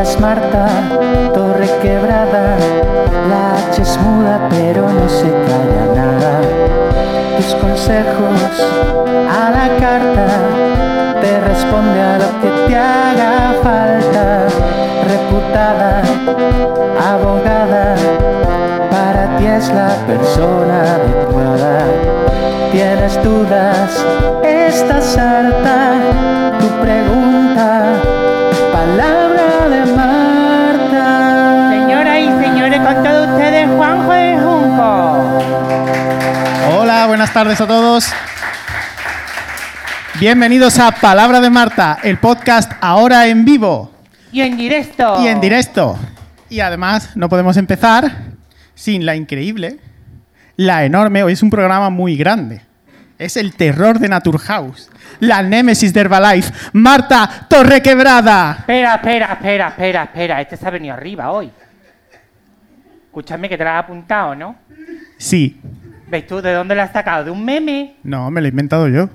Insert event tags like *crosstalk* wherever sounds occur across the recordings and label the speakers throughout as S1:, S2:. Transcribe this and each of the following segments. S1: es Marta, torre quebrada. La H es muda, pero no se calla nada. Tus consejos a la carta, te responde a lo que te haga falta. Reputada, abogada, para ti es la persona adecuada. Tienes dudas, estás harta, tu pregunta, palabra de Marta.
S2: Señoras y señores, con todos ustedes, Juanjo de Junco.
S3: Hola, buenas tardes a todos. Bienvenidos a Palabra de Marta, el podcast ahora en vivo
S2: Y en directo.
S3: y en directo. Y además no podemos empezar sin la increíble, la enorme, hoy es un programa muy grande. Es el terror de Naturhaus, la némesis de Herbalife, Marta Torrequebrada.
S2: Espera, espera, espera, espera, espera. Este se ha venido arriba hoy. Escúchame que te lo has apuntado, ¿no?
S3: Sí,
S2: ¿Ves tú de dónde lo has sacado? ¿De un meme?
S3: no, me lo he inventado yo.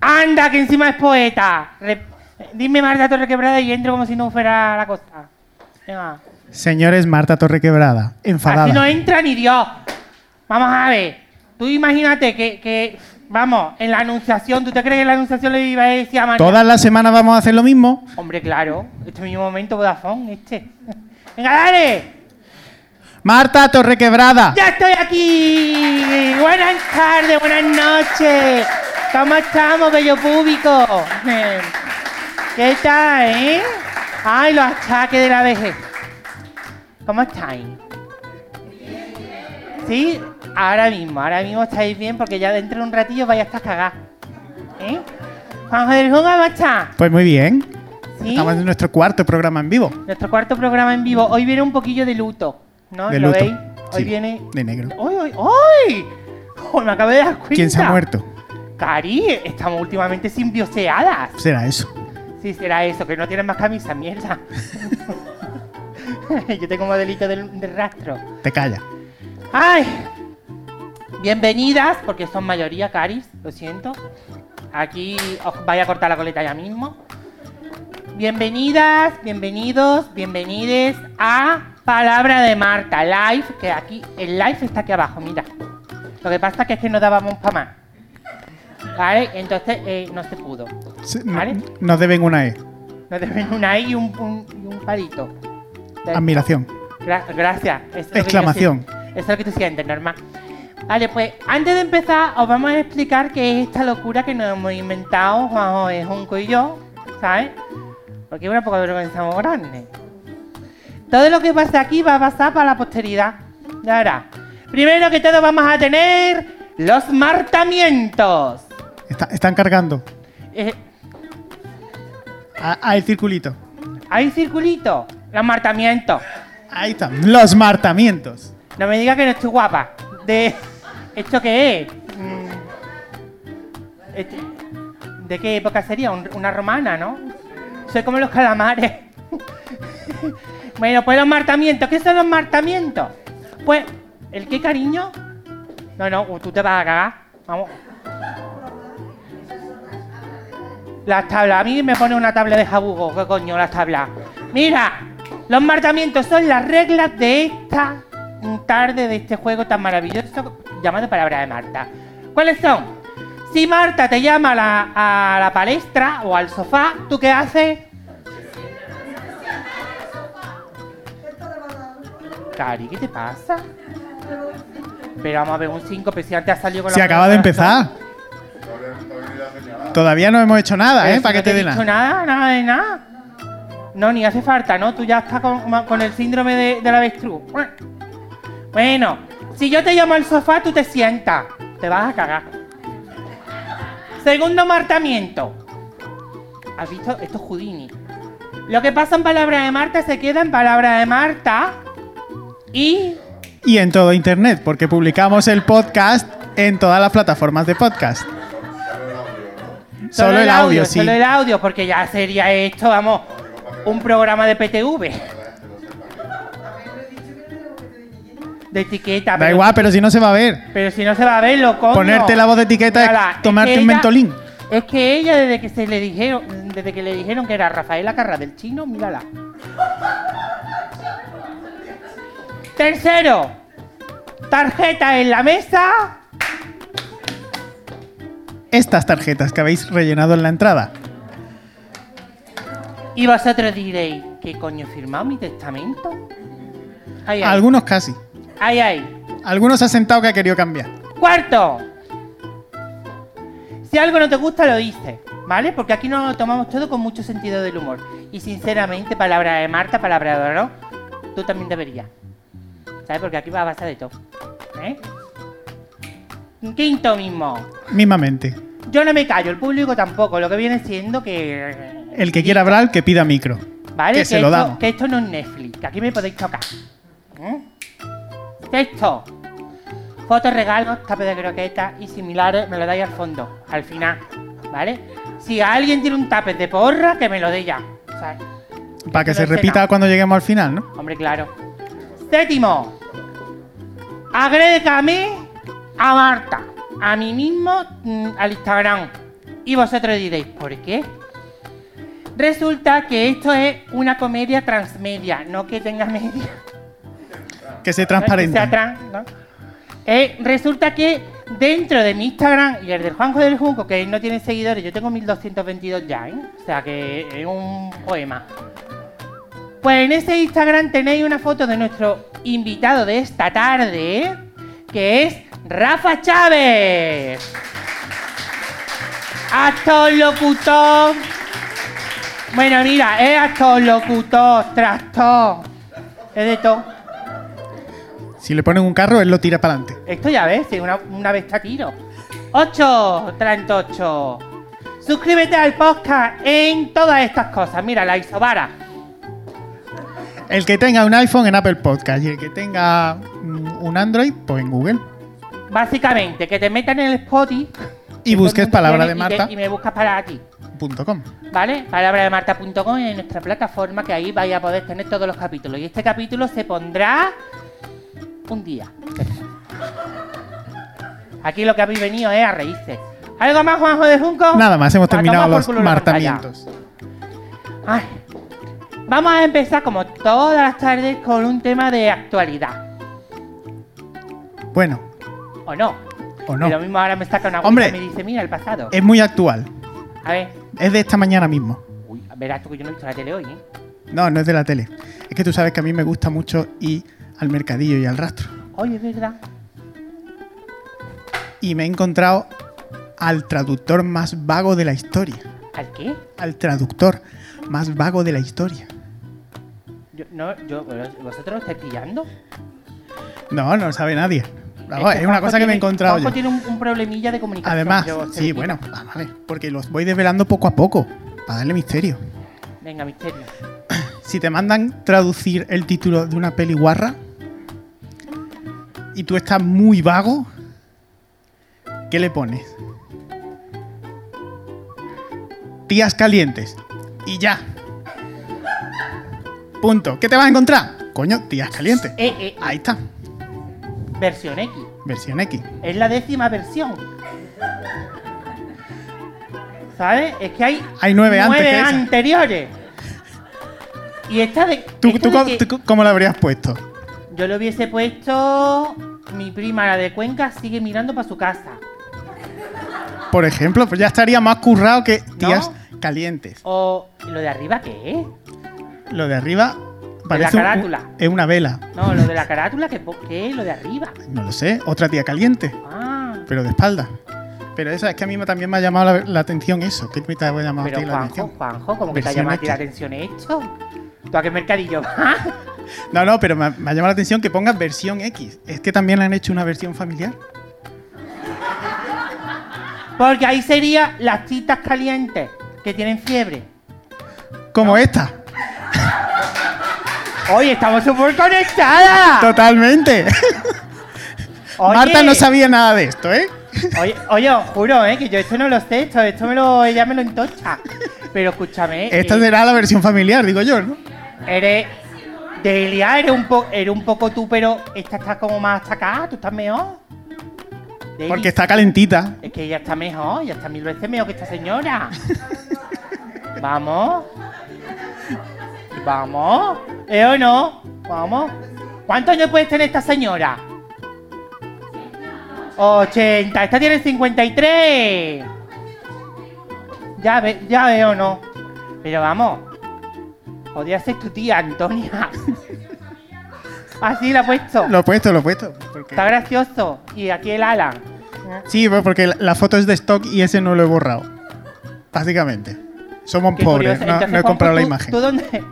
S2: ¡Anda, que encima es poeta! Re- Dime Marta Torre Quebrada y entro como si no fuera la cosa. Venga.
S3: Señores, Marta Torrequebrada, enfadada.
S2: Así no entra ni Dios. Vamos a ver. Tú imagínate que, que, vamos, en la anunciación, ¿tú te crees que en la anunciación le iba a decir a María?
S3: Todas las semanas vamos a hacer lo mismo.
S2: Hombre, claro. Este mismo momento, Vodafone, este. *laughs* Venga, dale.
S3: Marta Torrequebrada.
S2: ¡Ya estoy aquí! Buenas tardes, buenas noches. ¿Cómo estamos, bello público? ¿Qué tal, eh? Ay, los achaques de la vejez. ¿Cómo estáis? Sí, ahora mismo, ahora mismo estáis bien porque ya dentro de un ratillo vais a estar cagados. ¿Eh? Juan José del Junco, ¿cómo está?
S3: Pues muy bien.
S2: ¿Sí?
S3: Estamos en nuestro cuarto programa en vivo.
S2: Nuestro cuarto programa en vivo. Hoy viene un poquillo de luto, ¿no?
S3: De
S2: Ah, ¿Lo
S3: luto.
S2: veis? Hoy
S3: Sí,
S2: viene
S3: De negro.
S2: ¡Ay, ay, ay! Joder, me acabo de dar cuenta.
S3: ¿Quién se ha muerto?
S2: Cari, estamos últimamente simbioseadas.
S3: Será eso.
S2: Sí, será eso, que no tienes más camisa, mierda. *laughs* Yo tengo modelito del, del rastro.
S3: Te calla.
S2: ¡Ay! Bienvenidas, porque son mayoría, Caris, lo siento. Aquí os vais a cortar la coleta ya mismo. Bienvenidas, bienvenidos, bienvenides a Palabra de Marta Live, que aquí, el live está aquí abajo, mira. Lo que pasa que es que no dábamos para más. ¿Vale? Entonces eh, no se pudo.
S3: Se- no-
S2: Vale.
S3: Nos deben una E.
S2: Nos deben una I y un, un- y un palito.
S3: Admiración.
S2: Gra- gracias. Eso es lo que yo
S3: Exclamación.
S2: siento. Eso es lo que tú sientes, normal. Vale, pues antes de empezar, os vamos a explicar qué es esta locura que nos hemos inventado Juan José Junco y yo, ¿sabes? Porque es una poca vergüenza muy grande. Todo lo que pasa aquí va a pasar para la posteridad. Ya verás. Primero que todo, vamos a tener los martamientos.
S3: Está- están cargando.
S2: Eh,
S3: A- Al circulito.
S2: hay circulito, los martamientos.
S3: Ahí están. Los martamientos.
S2: No me digas que no estoy guapa. De... ¿Esto qué es? Mm. Este- ¿De qué época sería? Un- Una romana, ¿no? Soy como los calamares. *laughs* bueno, pues los martamientos. ¿Qué son los martamientos? Pues, ¿el qué, cariño? No, no, o tú te vas a cagar. Vamos. Las tablas, a mí me pone una tabla de jabugo, ¿qué coño las tablas? Mira, los marcamientos son las reglas de esta tarde de este juego tan maravilloso llamado Palabra de Marta. ¿Cuáles son? Si Marta te llama a la, a la palestra o al sofá, ¿tú qué haces? Cari, ¿qué te pasa? Pero vamos a ver, un 5, pero si antes ha salido con
S3: Se
S2: la
S3: acaba de empezar. Todavía no hemos hecho nada, ¿eh?
S2: pero si
S3: Para que
S2: no
S3: te den
S2: he dicho
S3: la-
S2: nada, nada de nada. No, ni hace falta, ¿no? Tú ya estás con, ma- con el síndrome de, del avestruz. Bueno, si yo te llamo al sofá, tú te sientas. Te vas a cagar. Segundo martamiento. ¿Has visto? Esto es Houdini. Lo que pasa en palabra de Marta se queda en palabra de Marta. Y
S3: Y en todo internet, porque publicamos el podcast en todas las plataformas de podcast. Solo el audio, sí.
S2: Solo el audio, porque ya sería esto, vamos, un programa de PTV. De etiqueta,
S3: Da
S2: pero,
S3: igual, pero si no se va a ver.
S2: pero si no se va a ver, loco.
S3: Ponerte la voz de etiqueta es tomarte un mentolín.
S2: Es que ella, desde que se le dijeron, desde que le dijeron que era Rafaela Carra del Chino, mírala. Tercero, tarjeta en la mesa.
S3: Estas tarjetas que habéis rellenado en la entrada.
S2: Y vosotros diréis, ¿qué coño he firmado mi testamento? Ay, ay.
S3: Algunos casi.
S2: Ay, ay.
S3: Algunos han sentado que ha querido cambiar.
S2: Cuarto. Si algo no te gusta, lo dices, ¿vale? Porque aquí nos lo tomamos todo con mucho sentido del humor. Y sinceramente, palabra de Marta, palabra de oro, tú también deberías. ¿Sabes? Porque aquí va a pasar de todo. ¿Eh? Quinto mismo.
S3: Mismamente.
S2: Yo no me callo, el público tampoco. Lo que viene siendo que...
S3: El que quiera hablar, que pida micro.
S2: ¿Vale?
S3: Que se lo
S2: esto,
S3: damos.
S2: que esto no es Netflix, que aquí me podéis tocar. ¿Eh? Texto. Fotos, regalos, tapes de croquetas y similares me lo dais al fondo, al final. ¿Vale? Si alguien tiene un tapet de porra, que me lo dé ya. O sea,
S3: Para que
S2: Pero
S3: se
S2: este
S3: repita
S2: no.
S3: cuando lleguemos al final, ¿no?
S2: hombre, claro. Séptimo. Agrédame a Marta, a mí mismo, mm, al Instagram. Y vosotros diréis, ¿por qué? Resulta que esto es una comedia transmedia, no que tenga media.
S3: Que se
S2: ¿no? Pues, Que sea
S3: transparente.
S2: trans, ¿no? Eh, resulta que dentro de mi Instagram y el del Juanjo del Junco, que no tiene seguidores, yo tengo 1222 ya, ¿eh? O sea que es un poema. Pues en ese Instagram tenéis una foto de nuestro invitado de esta tarde, ¿eh? que es Rafa Chávez. Actor, locutor. Bueno, mira, es actor, locutor, tractor. Es de todo.
S3: Si le ponen un carro, él lo tira para adelante.
S2: Esto ya ves, es una, una vez a tiro. 8, 38. Suscríbete al podcast en todas estas cosas. Mira, la Isobara.
S3: El que tenga un iPhone en Apple Podcast y el que tenga mm, un Android, pues en Google.
S2: Básicamente, que te metan en el Spotify.
S3: Y busques palabra de
S2: Pues Y que-
S3: Marta.
S2: Y, me buscas para ti.
S3: Punto com.
S2: ¿Vale? Palabrademarta.com es nuestra plataforma que ahí vais a poder tener todos los capítulos. Y este capítulo se pondrá un día. Aquí lo que habéis venido es a reírse. ¿Algo más, Juanjo Pues de Junco?
S3: Nada más, hemos
S2: A tomar
S3: terminado
S2: por
S3: los
S2: culo la pantalla.
S3: martamientos.
S2: Ay. Vamos a empezar como todas las tardes con un tema de actualidad.
S3: Bueno,
S2: ¿O no?
S3: o no.
S2: Y Lo mismo ahora me saca una
S3: Hombre.
S2: agüita y me dice, mira, el pasado.
S3: Es muy actual.
S2: A ver.
S3: Es de esta mañana mismo.
S2: Uy, verás tú que yo no he visto la tele hoy, ¿eh?
S3: No, no es de la tele. Es que tú sabes que a mí me gusta mucho ir al mercadillo y al rastro.
S2: Oye, es verdad.
S3: Y me he encontrado al traductor más vago de la historia.
S2: ¿Al qué?
S3: Al traductor más vago de la historia.
S2: Yo, no, yo, ¿Vosotros lo estáis pillando?
S3: No, no lo sabe nadie. Vamos,
S2: que
S3: es una
S2: Juanjo
S3: cosa que me he
S2: tiene-
S3: encontrado
S2: Juanjo
S3: yo.
S2: tiene un, un problemilla de comunicación.
S3: Además,
S2: yo se
S3: sí,
S2: lo
S3: bueno, pues
S2: digo.
S3: vamos a ver, porque los voy desvelando poco a poco, para darle misterio.
S2: Venga, misterio.
S3: Si te mandan traducir el título de una peli guarra y tú estás muy vago, ¿qué le pones? Tías calientes. Y ya. Punto. ¿Qué te vas a encontrar? Coño, tías calientes.
S2: Eh, eh,
S3: Ahí está.
S2: versión X.
S3: Versión X.
S2: Es la décima versión. ¿Sabes? Es que hay,
S3: Hay nueve antes que esa.
S2: anteriores. Y esta de.
S3: ¿Tú,
S2: esta
S3: tú
S2: de
S3: cómo-
S2: que
S3: tú cómo- cómo la habrías puesto?
S2: Yo le hubiese puesto. Mi prima, la de Cuenca, sigue mirando para su casa.
S3: Por ejemplo, pues ya estaría más currado que tías calientes.
S2: O. ¿Lo de arriba qué es?
S3: Lo de arriba parece un-
S2: carátula.
S3: es una vela.
S2: No, lo de la carátula, ¿qué, po- qué es lo de arriba?
S3: No lo sé, otra tía caliente,
S2: Ah.
S3: pero de espalda. Pero esa es que a mí me- también me ha llamado la, la atención eso. ¿Qué me te ha llamado a
S2: Pero
S3: ti la
S2: Juanjo,
S3: atención?
S2: Juanjo, como que te ha
S3: Versión
S2: llamado a ti la
S3: X.
S2: atención esto? ¿Tú a qué mercadillo vas?
S3: No, no, pero me, ha- me ha llamado la atención que pongas versión X. Es que también le han hecho una versión familiar.
S2: Porque ahí sería las titas calientes que tienen fiebre.
S3: Como esta.
S2: *laughs* Oye, estamos súper conectadas.
S3: Totalmente.
S2: Ah. *laughs* Oye,
S3: Marta no sabía nada de esto, ¿eh?
S2: Oye, oye, os juro, eh, que yo esto no lo sé, esto, esto me lo, ella me lo entocha.
S3: *laughs*
S2: Pero escúchame,
S3: Esta
S2: eh,
S3: será la versión familiar, digo yo, ¿no?
S2: eres Delia, eres un poco, eres un poco tú, pero esta está como más atacada, tú estás mejor. Deli,
S3: Porque está calentita.
S2: Es que ella está mejor, ella está mil veces mejor que esta señora. Vamos. Vamos. ¿Eh o no? Vamos. ¿Cuántos años puede tener esta señora? 80. Esta tiene 53. Ya, ve, ya veo, ¿no? Pero vamos. Podría ser tu tía, Antonia. Así la ha puesto.
S3: Lo he puesto, lo he puesto. porque-
S2: Está gracioso. Y aquí el Alan.
S3: Sí, pues porque la- la foto es de stock y ese no lo he borrado. Básicamente. Somos
S2: Qué
S3: pobres,
S2: curioso.
S3: no,
S2: Entonces,
S3: no he
S2: Juanjo,
S3: comprado la
S2: ¿tú-
S3: imagen.
S2: ¿Tú dónde?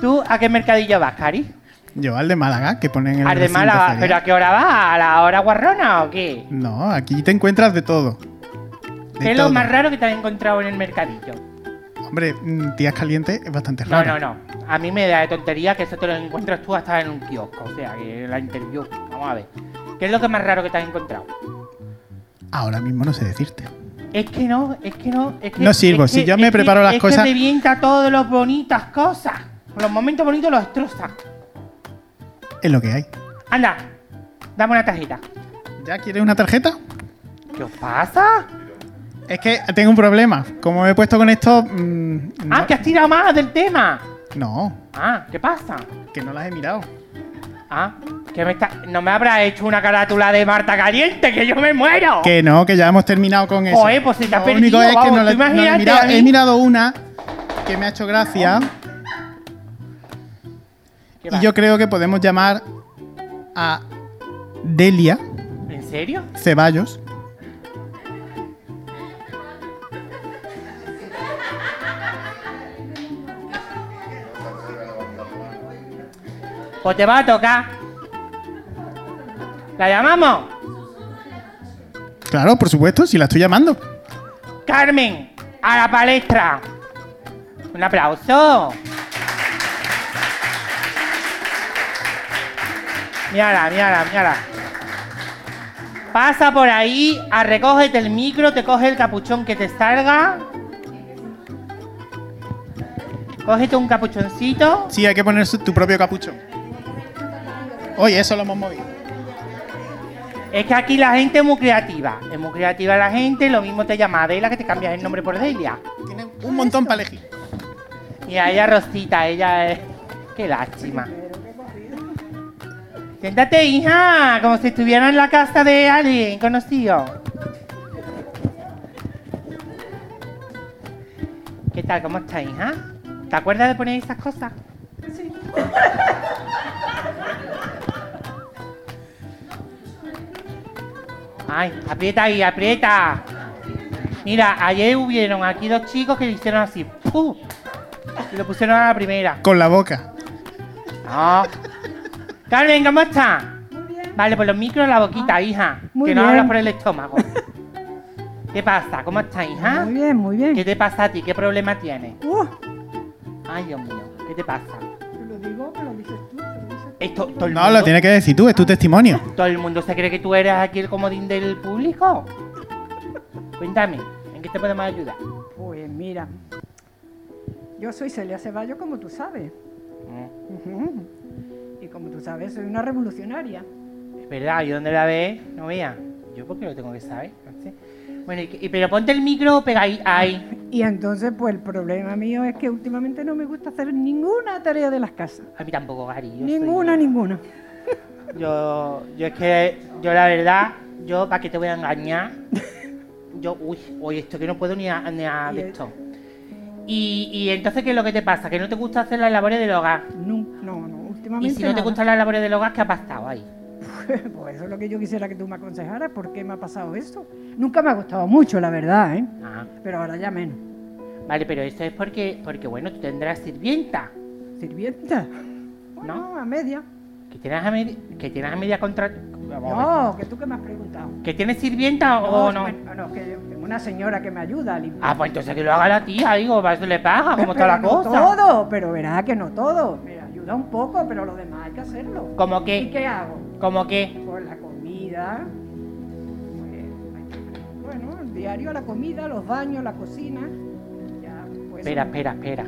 S2: ¿Tú a qué mercadillo vas, Cari?
S3: Yo al de Málaga, que ponen en el
S2: Al de
S3: recinto
S2: Málaga,
S3: ferial.
S2: ¿pero a qué hora va? ¿A la hora guarrona o qué?
S3: No, aquí te encuentras de todo. De
S2: ¿Qué es lo
S3: todo.
S2: más raro que te has encontrado en el mercadillo?
S3: Hombre, mm, tías calientes es bastante
S2: No,
S3: raro.
S2: no, no. A mí me da de tontería que eso te lo encuentras tú hasta en un kiosco. O sea, que la interview. Vamos a ver. ¿Qué es lo que más raro que te has encontrado?
S3: Ahora mismo no sé decirte.
S2: Es que no, es que no, es que
S3: No sirvo,
S2: es
S3: si
S2: que-
S3: yo me
S2: es que-
S3: preparo las
S2: es
S3: cosas-
S2: Que revienta todas las bonitas cosas. Los momentos bonitos los destroza.
S3: Es lo que hay.
S2: Anda, dame una tarjeta.
S3: ¿Ya quieres una tarjeta?
S2: ¿Qué os pasa?
S3: Es que tengo un problema. Como me he puesto con esto. mm, no,
S2: Ah, que has tirado más del tema.
S3: no,
S2: Ah, ¿qué pasa?
S3: que no las he mirado.
S2: Ah, que me está. No me habrá hecho una carátula de Marta Caliente, que yo me muero.
S3: Que no, que ya hemos terminado con eso.
S2: Joder, pues si te has
S3: Lo único
S2: perdido,
S3: es que
S2: vamos,
S3: no,
S2: tú
S3: la- no la
S2: imagínate
S3: he mirado.
S2: a mí.
S3: He mirado una que me ha hecho gracia.
S2: ¿Qué va?
S3: Y yo creo que podemos llamar a Delia
S2: ¿En serio?
S3: Ceballos.
S2: Pues te va a tocar. ¿La llamamos?
S3: Claro, por supuesto, si la estoy llamando.
S2: Carmen, a la palestra. Un aplauso. Mírala, mírala, mírala. Pasa por ahí, a recógete el micro, te coge el capuchón que te salga. Cógete un capuchoncito.
S3: Sí, hay que poner su- tu propio capucho. Oye, eso lo hemos movido.
S2: Es que aquí la gente es muy creativa. Es muy creativa la gente, lo mismo te llama Adela que te cambias el nombre por Delia.
S3: Tiene un montón para elegir.
S2: Mira, ella Rosita, ella es. Qué lástima. Siéntate, hija, como si estuviera en la casa de alguien conocido. ¿Qué tal? ¿Cómo estás, hija? ¿Te acuerdas de poner esas cosas? Ay, aprieta ahí, aprieta. Mira, ayer hubieron aquí dos chicos que le hicieron así. ¡puf! Y lo pusieron a la primera.
S3: Con la boca.
S2: No. Ah. Carmen, ¿cómo estás? Vale, pues los micros en la boquita, hija.
S4: Ah, muy
S2: que no
S4: bien.
S2: hablas por el estómago. ¿Qué pasa? ¿Cómo estás, hija?
S4: Muy bien, muy
S2: ¿Qué
S4: bien.
S2: te pasa a ti? ¿Qué problema tienes?
S4: Uh,
S2: Ay, Dios mío, ¿qué te pasa?
S4: te lo digo, me lo dices tú, te lo dices
S2: Esto, todo, el
S3: No,
S2: mundo,
S3: lo tienes que decir tú, es tu testimonio.
S2: ¿Todo el mundo se cree que tú eres aquí el comodín del
S4: *laughs*
S2: público? Cuéntame, ¿en qué te podemos ayudar?
S4: tú. Pues mira, yo soy Celia Ceballos, como tú sabes.
S2: Mm,
S4: Ujú. Y como tú sabes, soy una revolucionaria.
S2: Es verdad, ¿y dónde la ves? No veas. Yo porque lo tengo que saber, no sé. Bueno, y, que- y- pero ponte el micro pega ahí. ahí.
S4: Y entonces, pues el problema mío es que últimamente no me gusta hacer ninguna tarea de las casas.
S2: A mí tampoco, Gary. yo soy-
S4: Ninguna, ninguna.
S2: Yo, yo es que, yo la verdad, yo, ¿para qué te voy a engañar? Yo, uy, uy, esto que no puedo ni a, ni a
S4: Y
S2: de
S4: el-
S2: esto. Y, y entonces, ¿qué es lo que te pasa? Que no te gusta hacer las labores del hogar.
S4: No, no, no,
S2: Y
S4: últimamente
S2: si no te
S4: nada.
S2: gustan las labores del hogar, ¿qué ha pasado ahí?
S4: *laughs* Pues eso es lo que yo quisiera que tú me aconsejaras, ¿por qué me ha pasado esto? Nunca me ha gustado mucho, la verdad, ¿eh?
S2: Ah,
S4: Pero ahora ya menos.
S2: vale, pero eso es porque, porque bueno, tú tendrás sirvienta.
S4: Sirvienta.
S2: No.
S4: Bueno, a media.
S2: Que tienes a, medi- que tienes a media contra... Vamos a ver.
S4: No, que tú que me has preguntado.
S2: ¿Que tienes sirvienta o no?
S4: bueno, no, que tengo una señora que me ayuda a limpiar.
S2: Ah, pues entonces que lo haga la tía, digo, para eso le paga, como
S4: Pero
S2: está la
S4: no
S2: cosa.
S4: Todo, pero verás que no todo. Me ayuda un poco, pero lo demás hay que hacerlo.
S2: ¿Cómo qué?
S4: ¿Y qué hago?
S2: Como que,
S4: Pues la comida. pues, hay que- Bueno, el diario, la comida, los baños, la cocina. Ya, pues,
S2: espera, espera, espera.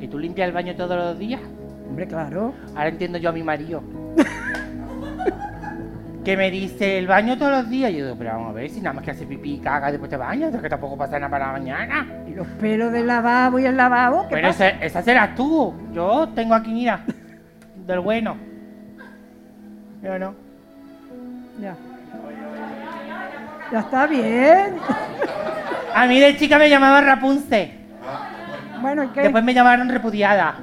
S2: ¿Que tú limpias el baño todos los días?
S4: Hombre, claro.
S2: Ahora entiendo yo a mi marido. *laughs* que me dice el baño todos los días. Yo digo, pero vamos a ver, si nada más que hace pipí y caga y después te bañas, es que tampoco pasa nada para la mañana.
S4: Y los pelos del lavabo y el lavabo, ¿qué
S2: Pero
S4: pasa?
S2: esa, esa serás tú. Yo tengo aquí, mira, del bueno. Yo no.
S4: Ya. Ya está bien.
S2: A mí de chica me llamaba Rapunzel.
S4: Bueno, ¿y ¿qué?
S2: Después me llamaron repudiada.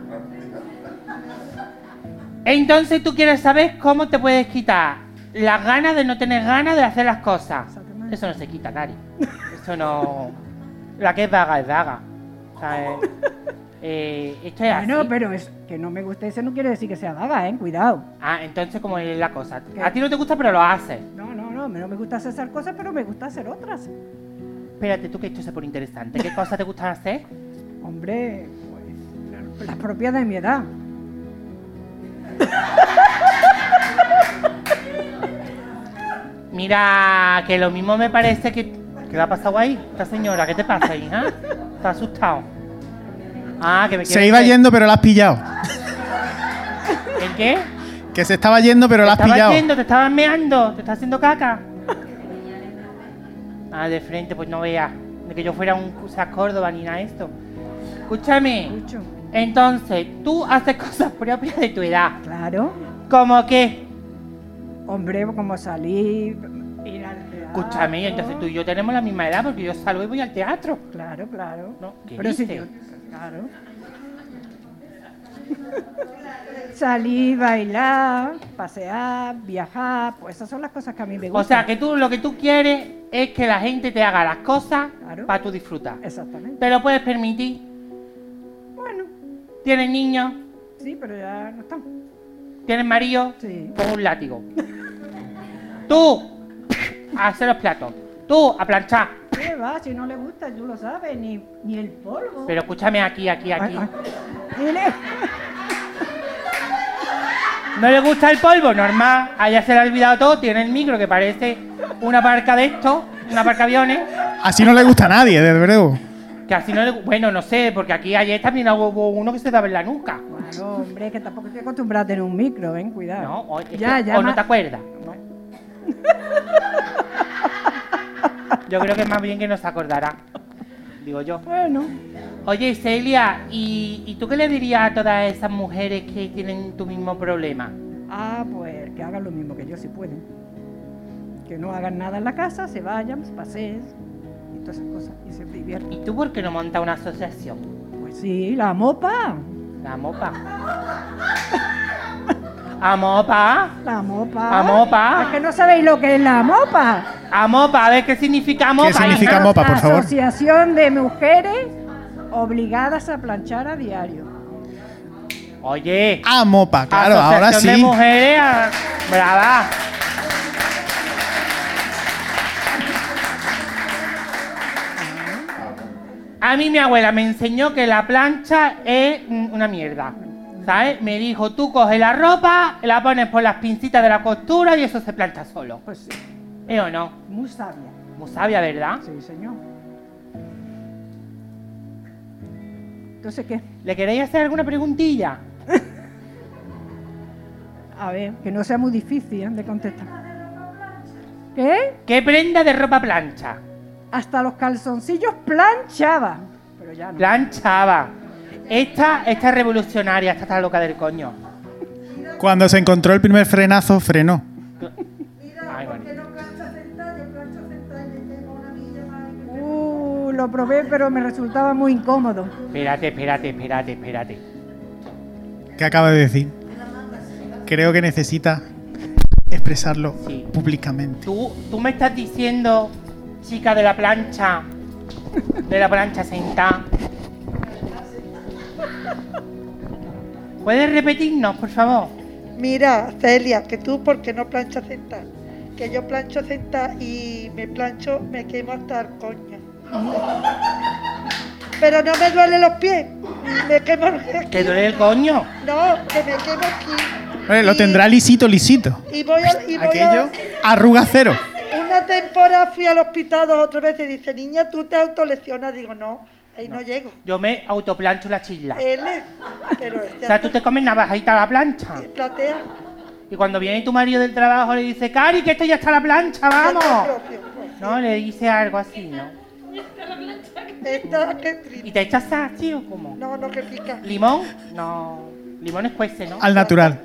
S2: Entonces tú quieres saber cómo te puedes quitar las ganas de no tener ganas de hacer las cosas.
S4: Exactamente.
S2: Eso no se quita, Cari. Eso no. La que es vaga es vaga.
S4: *laughs*
S2: ¿Sabes? Eh, esto es
S4: Bueno,
S2: así.
S4: pero es que no me guste eso no quiere decir que sea vaga, ¿eh? Cuidado.
S2: Ah, entonces como es la cosa.
S4: ¿Qué?
S2: A ti no te gusta, pero lo haces.
S4: No, no, no, no me gusta hacer esas cosas, pero me gusta hacer otras.
S2: Espérate tú que esto se pone interesante. *laughs* ¿Qué cosas te gustan hacer?
S4: Hombre, pues, las propias de mi edad.
S2: Mira, que lo mismo me parece que... ¿Qué le ha pasado ahí? Esta señora, ¿qué te pasa, hija? ¿Estás asustado? Ah, que me
S3: Se
S2: quiere
S3: iba
S2: meter-
S3: yendo, pero la has pillado.
S2: ¿En qué?
S3: Que se estaba yendo, pero la has
S2: Estaba
S3: pillado.
S2: yendo, te estabas meando, te estás haciendo caca. Ah, de frente, pues no veas. De que yo fuera un Cusa Córdoba ni nada de esto. Escúchame.
S4: Mucho.
S2: Entonces, tú haces *laughs* cosas propias de tu edad.
S4: Claro.
S2: ¿Cómo qué?
S4: Hombre, como salir, ir al teatro.
S2: Escúchame, entonces tú y yo tenemos la misma edad porque yo salgo y voy al teatro.
S4: Claro, claro.
S2: No, ¿qué
S4: pero si yo-
S2: dices?
S4: Claro. Salir, bailar, pasear, viajar, pues esas son las cosas que a mí me
S2: O
S4: gustan.
S2: sea, que tú lo que tú quieres es que la gente te haga las cosas
S4: Claro.
S2: para tu disfrutar.
S4: Exactamente.
S2: ¿Te lo puedes permitir?
S4: Bueno,
S2: ¿Tienes niños?
S4: sí, pero ya no estamos.
S2: ¿Tienes marido?
S4: Sí.
S2: Con un látigo. Tú *laughs* a hacer los platos. Tú a planchar.
S4: ¿Qué va? Si no le gusta, tú lo sabes, ni, ni el polvo.
S2: Pero escúchame aquí, aquí, aquí.
S4: Ay, ay. Dile.
S2: ¿No le gusta el polvo? Normal. Allá se le ha olvidado todo. Tiene el micro que parece una barca de esto, una barca aviones.
S3: Así no le gusta a nadie, desde luego.
S2: Que así no le. Bueno, no sé, porque aquí ayer también hubo uno que se daba en la nuca.
S4: Bueno, hombre, que tampoco estoy acostumbrada a tener un micro, ven, cuidado.
S2: No, o, es
S4: ya,
S2: que-
S4: ya.
S2: o no
S4: ma-
S2: te acuerdas.
S4: *laughs*
S2: Yo creo que más bien que no se acordará. Digo yo.
S4: Bueno,
S2: Oye, Celia, ¿y, y tú qué le dirías a todas esas mujeres que tienen tu mismo problema?
S4: ah, pues que hagan lo mismo que yo si pueden. Que no hagan nada en la casa, se vayan, paseen y todas esas cosas y se diviertan.
S2: ¿Y tú por qué no montas una asociación?
S4: Pues sí, la mopa,
S2: La mopa. A mopa,
S4: la mopa.
S2: La mopa.
S4: Es que no sabéis lo que es la mopa.
S2: a mopa, a ver qué significa mopa.
S3: significa
S2: hija.
S3: mopa? por favor.
S4: Asociación de mujeres obligadas a planchar a diario.
S2: Oye,
S3: Ah, mopa, claro,
S2: asociación
S3: ahora sí.
S2: de mujeres, a- brava. A mí mi abuela me enseñó que la plancha es un- una mierda. ¿Sabes? Me dijo, tú coges la ropa, la pones por las pincitas de la costura y eso se plancha solo.
S4: Pues sí,
S2: ¿Eh o no?
S4: muy sabia.
S2: Muy sabia, ¿verdad?
S4: Sí, señor. Entonces, ¿qué?
S2: ¿Le queréis hacer alguna preguntilla?
S4: A ver, que no sea muy difícil ¿eh? de contestar. ¿Qué?
S2: ¿Qué prenda de ropa plancha?
S4: Hasta los calzoncillos planchaba. Pero ya no.
S2: Planchaba. Esta, esta es revolucionaria, esta está loca del coño.
S3: Cuando se encontró el primer frenazo, frenó.
S2: Ay, bueno.
S4: Uh, lo probé, pero me resultaba muy incómodo.
S2: Espérate, espérate, espérate, espérate.
S3: ¿Qué acaba de decir? Creo que necesita expresarlo
S2: Sí.
S3: públicamente.
S2: ¿Tú, tú me estás diciendo, chica de la plancha, de la plancha sentada. ¿Puedes repetirnos, por favor?
S5: Mira, Celia, que tú porque no planchas sentada. Que yo plancho sentada y me plancho, me quemo hasta el coño. Pero no me duelen los pies, me quemo aquí.
S2: ¿Te duele el coño?
S5: No, que me quemo aquí.
S3: Hombre, lo
S5: Y-
S3: tendrá lisito, lisito.
S5: Y voy a, y voy a-
S3: Aquello, arruga cero.
S5: Una temporada fui al hospital dos o tres veces y dice, niña, tú te autolesionas. Digo, no, ahí no, llego.
S2: Yo me
S5: Eh,
S2: autoplancho la chisla.
S5: Él, pero este
S2: O sea, tú te comes navajita a la plancha.
S5: platea.
S2: Y cuando viene tu marido del trabajo le dice, Cari, que esto ya está a la
S4: Ah,
S2: plancha, vamos.
S5: pues.
S2: No, le dice algo así, ¿no?
S5: Esta, qué rica.
S2: ¿Y te echas sal, sí, o cómo?
S5: No, no, qué rica.
S2: ¿Limón? No. Limón es cuece, ¿no?
S3: Al natural.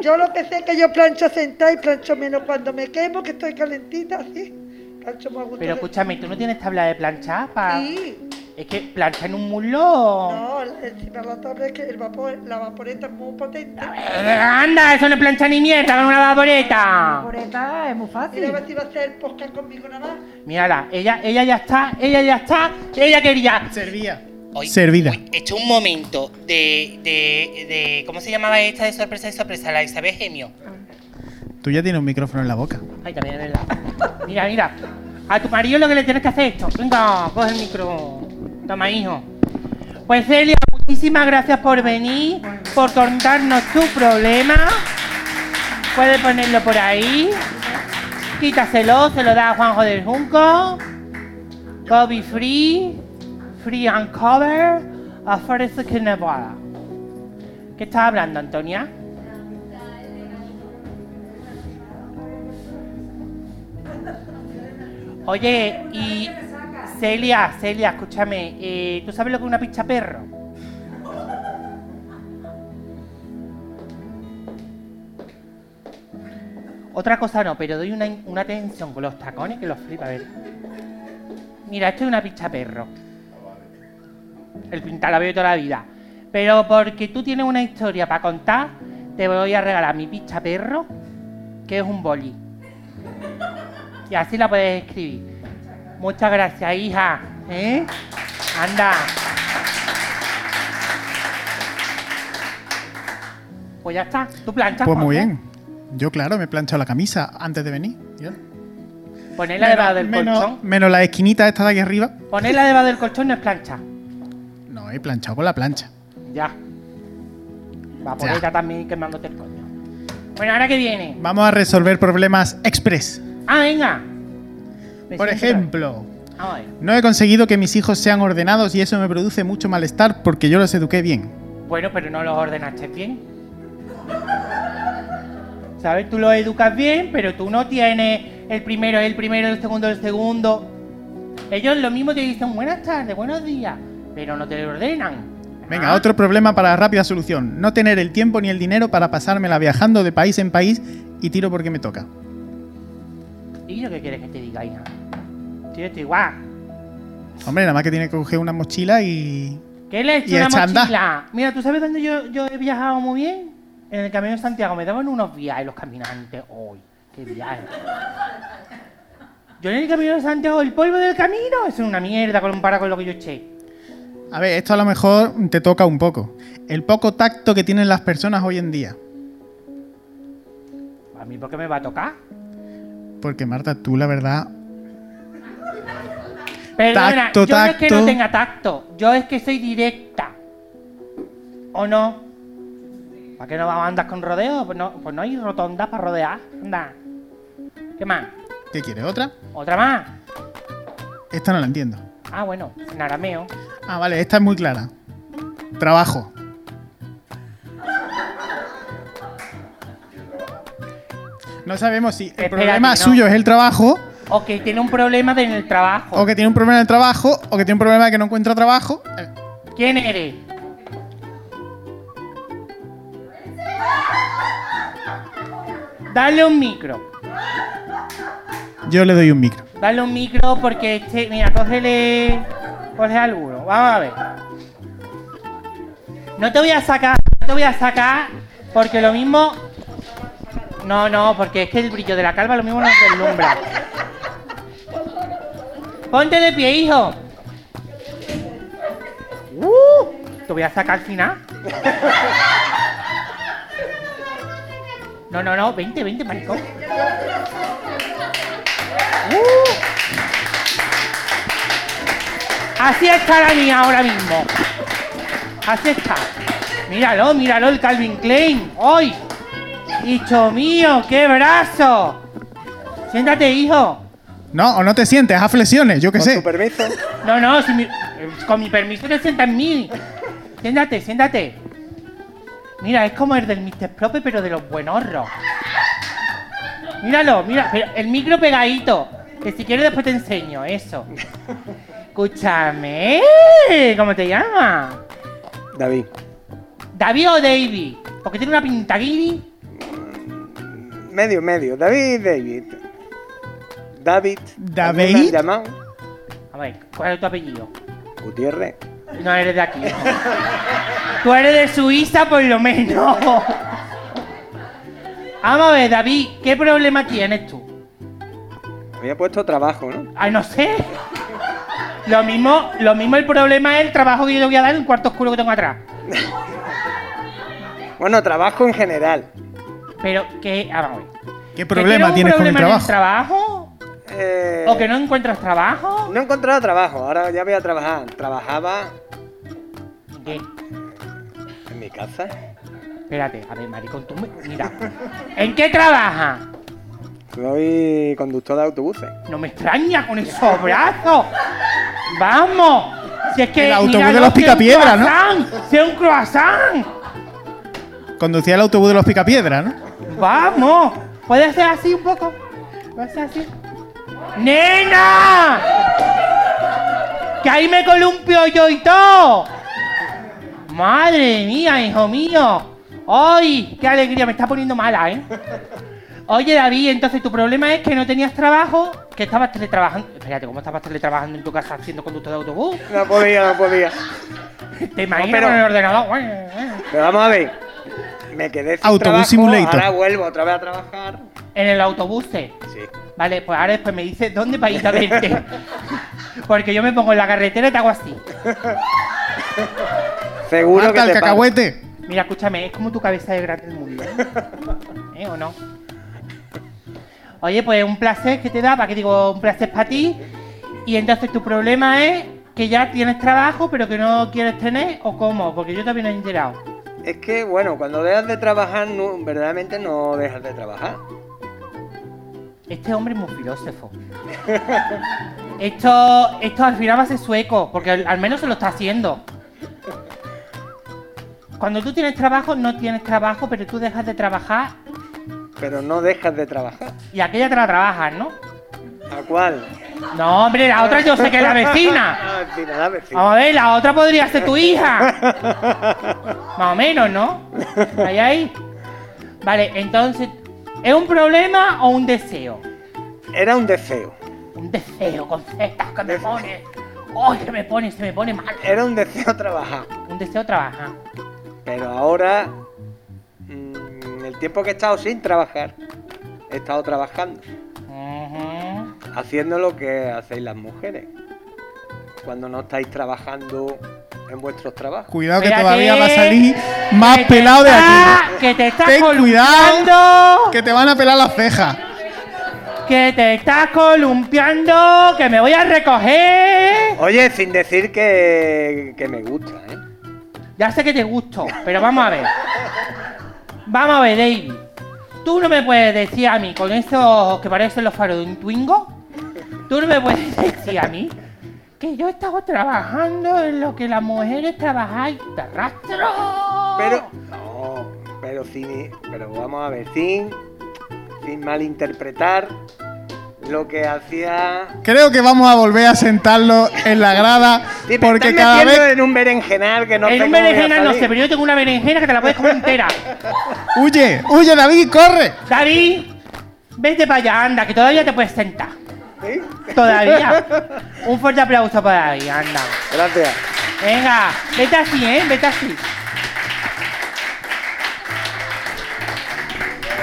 S5: Yo lo que sé es que yo plancho sentada y plancho menos cuando me quemo, que estoy calentita, así. Plancho más a gusto.
S2: Pero
S5: de-
S2: escúchame, ¿tú no tienes tabla de planchar para...?
S5: Sí.
S2: Es que plancha en un muslo...
S5: No, el- encima de la torre es que el vapor, la vaporeta es muy potente.
S2: Eh, Anda, eso no es plancha ni mierda con una vaporeta.
S4: Poreta es muy
S5: Mira, a
S4: fácil.
S5: ver si va a hacer el podcast conmigo nada más.
S2: Mírala, ella, ella ya está, ella ya está, ella quería.
S3: Servía.
S2: Hoy-
S3: Servida.
S2: hoy- esto es un momento de, de, de- ¿Cómo se llamaba esta de sorpresa de sorpresa? La de Isabel Gemio.
S3: Tú ya tienes un micrófono en la boca.
S2: Ay, también es verdad. Mira, mira. A tu marido lo que le tienes que hacer es esto. Venga, coge el micro. Toma, hijo. Pues Celia, muchísimas gracias por venir, por contarnos tu problema. Puedes ponerlo por ahí. Quítaselo, se lo da a Juanjo del Junco. Kobe Free, Free and Cover, a Forest que Nevada. ¿Qué estás hablando, Antonia? Oye, y Celia, Celia, escúchame, eh, ¿tú sabes lo que es una picha perro? Otra cosa no, pero doy una, una tensión con los tacones que los flipa, a ver. Mira, esto es una picha perro. El pintalabio de toda la vida. Pero porque tú tienes una historia para contar, te voy a regalar mi picha perro, que es un boli. Y así la puedes escribir. Muchas gracias, hija. ¿Eh? Anda. Pues ya está. Tú planchas.
S3: Pues muy
S2: Jorge.
S3: bien. Yo, claro, me he planchado la camisa antes de venir. Mira.
S2: Ponerla debajo del
S3: Menos-
S2: colchón.
S3: menos la esquinita esta de aquí arriba.
S2: Ponerla debajo del colchón no es plancha.
S3: No, he planchado con la plancha.
S2: Ya. Va por
S3: Ya.
S2: ella también quemándote el coño. Bueno, ahora que viene.
S3: Vamos a resolver problemas express.
S2: Ah, venga. Me
S3: Por
S2: siento
S3: ejemplo,
S2: otra vez. Vamos a ver.
S3: no he conseguido que mis hijos sean ordenados y eso me produce mucho malestar porque yo los eduqué bien.
S2: Bueno, pero no los ordenaste bien. ¿Sabes? Tú los educas bien, pero tú no tienes el primero, el primero, el segundo, el segundo. Ellos lo mismo te dicen buenas tardes, buenos días, pero no te lo ordenan.
S3: Venga,
S2: Ah,
S3: otro problema para rápida solución. No tener el tiempo ni el dinero para pasármela viajando de país en país y tiro porque me toca.
S2: ¿Y lo que quieres que te diga, hija? Tío, estoy igual.
S3: Hombre, nada más que tiene que coger una mochila y...
S2: ¿Qué le he hecho
S3: Y
S2: una
S3: el chándal.
S2: mochila? Mira, ¿tú sabes dónde yo, yo he viajado muy bien? En el Camino de Santiago. Me daban unos viajes los caminantes. ¡Uy, qué viaje! Yo en el Camino de Santiago, el polvo del camino es una mierda comparado con lo que yo eché.
S3: A ver, esto a lo mejor te toca un poco. El poco tacto que tienen las personas hoy en día.
S2: ¿A mí por qué me va a tocar?
S3: Porque Marta, tú la verdad...
S2: Perdona,
S3: Tacto,
S2: yo no es que
S3: tacto.
S2: no tenga tacto. Yo es que soy directa. ¿O no? ¿Para qué no vamos a andar con rodeos? Pues no, pues no hay rotonda para rodear. Anda. ¿Qué más?
S3: ¿Qué quieres? ¿Otra?
S2: ¿Otra más?
S3: Esta no la entiendo.
S2: Ah, bueno, en arameo.
S3: Ah, vale, esta es muy clara. Trabajo. No sabemos si el
S2: Espérate,
S3: problema
S2: no.
S3: suyo es el trabajo,
S2: O que tiene un problema de- en el trabajo.
S3: o que tiene un problema en el trabajo, o que tiene un problema de que no encuentra trabajo. Eh,
S2: ¿Quién eres? Dale un micro.
S3: Yo le doy un micro.
S2: Dale un micro porque este. Mira, cógele. Coge alguno. Vamos a ver. No te voy a sacar. No te voy a sacar porque lo mismo. No, no, porque es que el brillo de la calva lo mismo nos deslumbra. Ponte de pie, hijo. Uh, te voy a sacar al final. No, no, no, vente, vente, maricón. Uh. Así está la mía ahora mismo. Así está. Míralo, míralo el Calvin Klein. ¡Hoy! ¡Hijo mío, qué brazo! Siéntate, hijo.
S3: No, o no te sientes, haz flexiones, yo qué
S6: Con
S3: sé.
S6: tu permiso.
S2: No, no, si mi- eh, con mi permiso te sienta en mí. Siéntate, siéntate. Mira, es como el del Mr. Prope, pero de los buenorros. Míralo, mira, pero el micro pegadito. Que si quieres después te enseño eso. Escúchame. ¿Cómo te llamas?
S6: David.
S2: ¿David o David? Porque tiene una pintaguiri.
S6: Medio, medio. David, David. David.
S3: David.
S6: ¿Cómo me has llamado?
S2: A ver, ¿cuál es tu apellido?
S6: Gutiérrez.
S2: No eres de aquí. hijo. Tú eres de Suiza por lo menos. Vamos a ver, David, ¿qué problema tienes tú?
S6: *laughs* Había puesto trabajo, ¿no?
S2: Ay, Ah, no sé. Lo mismo, lo mismo el problema es el trabajo que yo le voy a dar en el cuarto oscuro que tengo atrás.
S6: Bueno, trabajo en general.
S2: Pero que. Ah, vamos a ver.
S3: ¿Qué
S2: ¿Que
S3: problema
S2: tienes
S3: tienes
S2: un
S3: con el
S2: problema en
S3: trabajo?
S2: trabajo?
S6: Eh,
S2: ¿O que no encuentras trabajo?
S6: no he encontrado trabajo. Ahora ya voy a trabajar. Trabajaba
S2: ¿Qué?
S6: en mi casa.
S2: Espérate, a ver, maricón, tú me- Mira. ¿En qué trabajas?
S6: Soy conductor de autobuses.
S2: No me extraña con esos brazos. Vamos. Si es que.
S3: El autobús
S2: míralo,
S3: de los
S2: si es un
S3: picapiedra, ¿no?
S2: croissant, Si es un croissant.
S3: Conducía el autobús de los Picapiedra, ¿no?
S2: Vamos. ¿Puede ser así un poco? ¿Puede ser así? ¡Nena! ¡Que ahí me columpio yo y todo! ¡Madre mía, hijo mío! ¡Ay! ¡Qué alegría! Me está poniendo mala, ¿eh? Oye, David, entonces tu problema es que no tenías trabajo, que estabas teletrabajando. Espérate, ¿cómo estabas teletrabajando en tu casa haciendo conductor de autobús?
S6: No podía, no podía.
S2: Te imaginas
S6: pero-
S2: con el ordenador.
S6: Pero vamos a ver. Me quedé sin
S3: Autobús
S6: trabajo,
S3: Simulator.
S6: Ahora vuelvo otra vez a trabajar.
S2: En el autobús. ¿eh?
S6: Sí.
S2: Vale, pues ahora después me dices dónde para ir
S6: *laughs*
S2: a verte. Porque yo me pongo en la carretera y te hago así.
S6: Seguro
S3: Marta,
S6: que
S3: el
S6: te paro.
S3: cacahuete.
S2: Mira, escúchame, es como tu cabeza de grande del mundo. ¿eh? *laughs* ¿Eh o no? Oye, pues un placer que te da, para que digo, un placer para ti. Y entonces tu problema es que ya tienes trabajo, pero que no quieres tener, o cómo, porque yo también he enterado.
S6: Es que, bueno, cuando dejas de trabajar, no- verdaderamente no dejas de trabajar.
S2: Este hombre es muy
S6: *laughs*
S2: filósofo. Esto, esto al final va a ser sueco, porque al, al menos se lo está haciendo. Cuando tú tienes trabajo, no tienes trabajo, pero tú dejas de trabajar
S6: Pero no dejas de trabajar.
S2: y aquella te la trabajas, ¿no?
S6: ¿A cuál?
S2: No, hombre, la otra yo sé que es la vecina.
S6: *laughs* Ah, vecina, la vecina.
S2: Vamos a ver, la otra podría ser
S6: *laughs*
S2: tu hija. Más o menos, ¿no? Ahí, ahí. Vale, entonces, ¿es un problema o un deseo?
S6: Era un deseo.
S2: Un deseo, con zetas que me pone. ¡Ay, que me pone! Se me pone mal.
S6: Era un deseo trabajar.
S2: Un deseo trabaja.
S6: Pero ahora, mm, el tiempo que he estado sin trabajar, he estado trabajando,
S2: Mm. Ujú.
S6: haciendo lo que hacéis las mujeres. Cuando no estáis trabajando en vuestros trabajos.
S3: Cuidado que
S2: Espérate.
S3: todavía va a salir más
S2: Que te
S3: pelado de
S2: está-
S3: aquí.
S2: Que te estás
S3: Ten
S2: columpiando,
S3: cuidado, que te van a pelar las cejas.
S2: Que te estás columpiando. Que me voy a recoger.
S6: Oye, sin decir que, que me gusta, ¿eh?
S2: Ya sé que te gusto, pero vamos a ver. Vamos a ver, David. Tú no me puedes decir a mí, con esos que parecen los faros de un Twingo, tú no me puedes *laughs* decir a mí que yo he estado trabajando en lo que las mujeres trabajáis. ¡Te arrastro!
S6: Pero,
S2: Oh.
S6: no, pero sin, pero vamos a ver, sin, sin malinterpretar lo que hacía.
S3: Creo que vamos a volver a sentarlo en la grada
S6: Sí, me
S3: porque
S6: estás
S3: cada
S6: metiendo
S3: vez
S6: en un berenjenal que no
S2: en
S6: sé
S2: un
S6: cómo voy a
S2: berenjena no sé,
S6: salir.
S2: pero yo tengo una berenjena que te la puedes comer entera.
S3: *laughs* huye, huye David, corre.
S2: David, vete para allá, anda, que todavía te puedes sentar.
S6: *laughs*
S2: Todavía. Un fuerte aplauso para David, anda.
S6: Gracias.
S2: Venga, vete así, ¿eh? Vete así.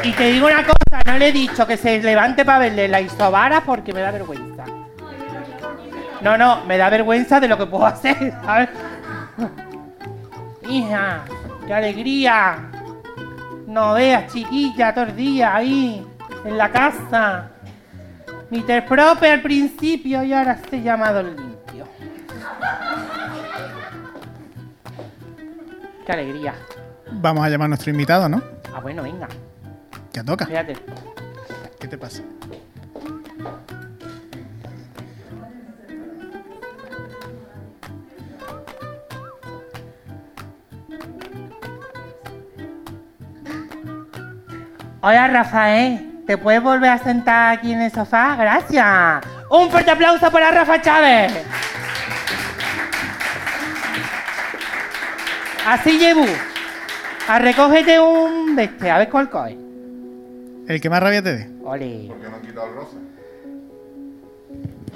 S2: Y te digo una cosa, no le he dicho que se levante para verle la isobara porque me da vergüenza. No, no, me da vergüenza de lo que puedo hacer, ¿sabes? Hija, qué alegría. No veas, chiquilla, todo el día ahí, en la casa. Mister Prope al principio y ahora se llama Don Limpio. Qué alegría.
S3: Vamos a llamar a nuestro invitado, ¿no?
S2: Ah, bueno, venga.
S3: Ya toca.
S2: Fíjate.
S3: ¿Qué te pasa?
S2: Hola, Rafael. ¿Te puedes volver a sentar aquí en el sofá? Gracias. Un fuerte aplauso para Rafa Chávez. Así llevo. A recógete un de este, a ver cuál coge.
S3: El que más rabia te dé.
S2: Ole.
S7: Porque no han quitado el rosa.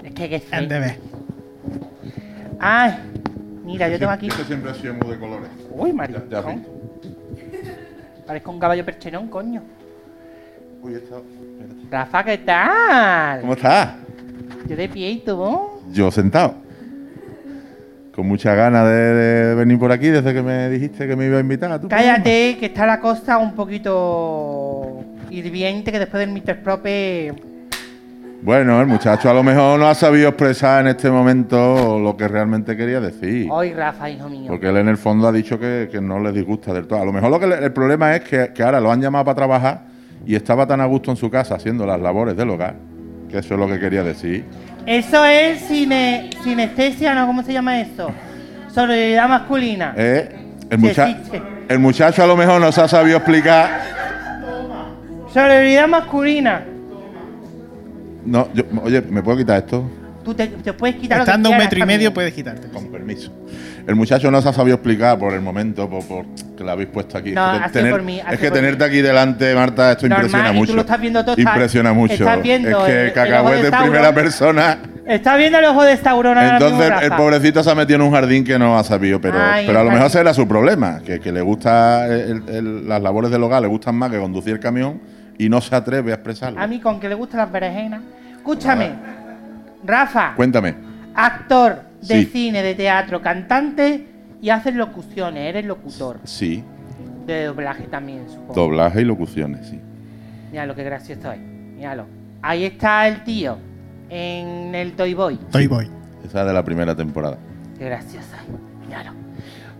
S2: Es que que feo.
S3: El bebé.
S2: Ay, mira, yo tengo aquí.
S7: Este siempre ha sido muy de colores.
S2: Uy, Mario.
S7: Ya, ya has visto.
S2: Parezco un caballo percherón, coño.
S7: Uy, esta. espérate.
S2: Rafa, ¿qué tal?
S7: ¿Cómo estás?
S2: Yo de pie y tú.
S7: Yo sentado. Con mucha ganas de, de venir por aquí desde que me dijiste que me iba a invitar. ¿Tú
S2: Cállate, que está la cosa un poquito hirviente, que después del Mr. Prope.
S7: Bueno, el muchacho a lo mejor no ha sabido expresar en este momento lo que realmente quería decir.
S2: Ay, Rafa, hijo mío.
S7: Porque él en el fondo ha dicho que, que no le disgusta del todo. A lo mejor lo que le- el problema es que, que ahora lo han llamado para trabajar y estaba tan a gusto en su casa haciendo las labores del hogar, que eso es lo que quería decir.
S2: Eso es cine, sinestesia, ¿no? ¿Cómo se llama eso? Solidaridad masculina.
S7: Eh, el,
S2: Sí
S7: mucha-
S2: existe.
S7: el muchacho a lo mejor no se ha sabido explicar.
S2: Solidaridad masculina.
S7: No, yo- oye, ¿me puedo quitar esto?
S2: Tú te, te puedes quitar lo que
S3: Estando un
S2: quieras
S3: metro y
S2: también.
S3: medio puedes quitarte.
S7: Con permiso. El muchacho no se ha sabido explicar por el momento, por, por que la habéis puesto aquí.
S2: No,
S7: Es que
S2: ha sido
S7: tener-
S2: por mí, ha
S7: es
S2: sido
S7: que
S2: por
S7: tenerte aquí delante, Marta, esto
S2: Normal,
S7: impresiona
S2: y tú
S7: mucho.
S2: lo estás viendo todo, estás-
S7: Impresiona mucho.
S2: estás viendo
S7: es que
S2: el- el ojo
S7: cacahuete
S2: de
S7: en
S2: Sauron.
S7: primera persona.
S2: Está viendo el ojo de Sauron ahora mismo,
S7: Entonces el
S2: Rafa.
S7: pobrecito se ha metido en un jardín que no ha sabido, pero,
S2: Ay,
S7: pero a lo
S2: el
S7: mejor
S2: jardín.
S7: ese era su problema, que, que le gusta el- el- las labores del hogar, le gustan más que conducir el camión y no se atreve a expresarlo.
S2: A mí, con que le gustan las berenjenas. Escúchame, Rafa,
S7: Cuéntame.
S2: actor de
S7: Sí.
S2: cine, de teatro, cantante y haces locuciones, eres locutor.
S7: Sí,
S2: De doblaje también, supongo.
S7: doblaje y locuciones, sí.
S2: Mira lo que gracioso es. Míralo. Ahí está el tío en el Toy Boy.
S3: Toy Boy.
S7: Esa es de la primera temporada.
S2: Qué gracioso es. Míralo.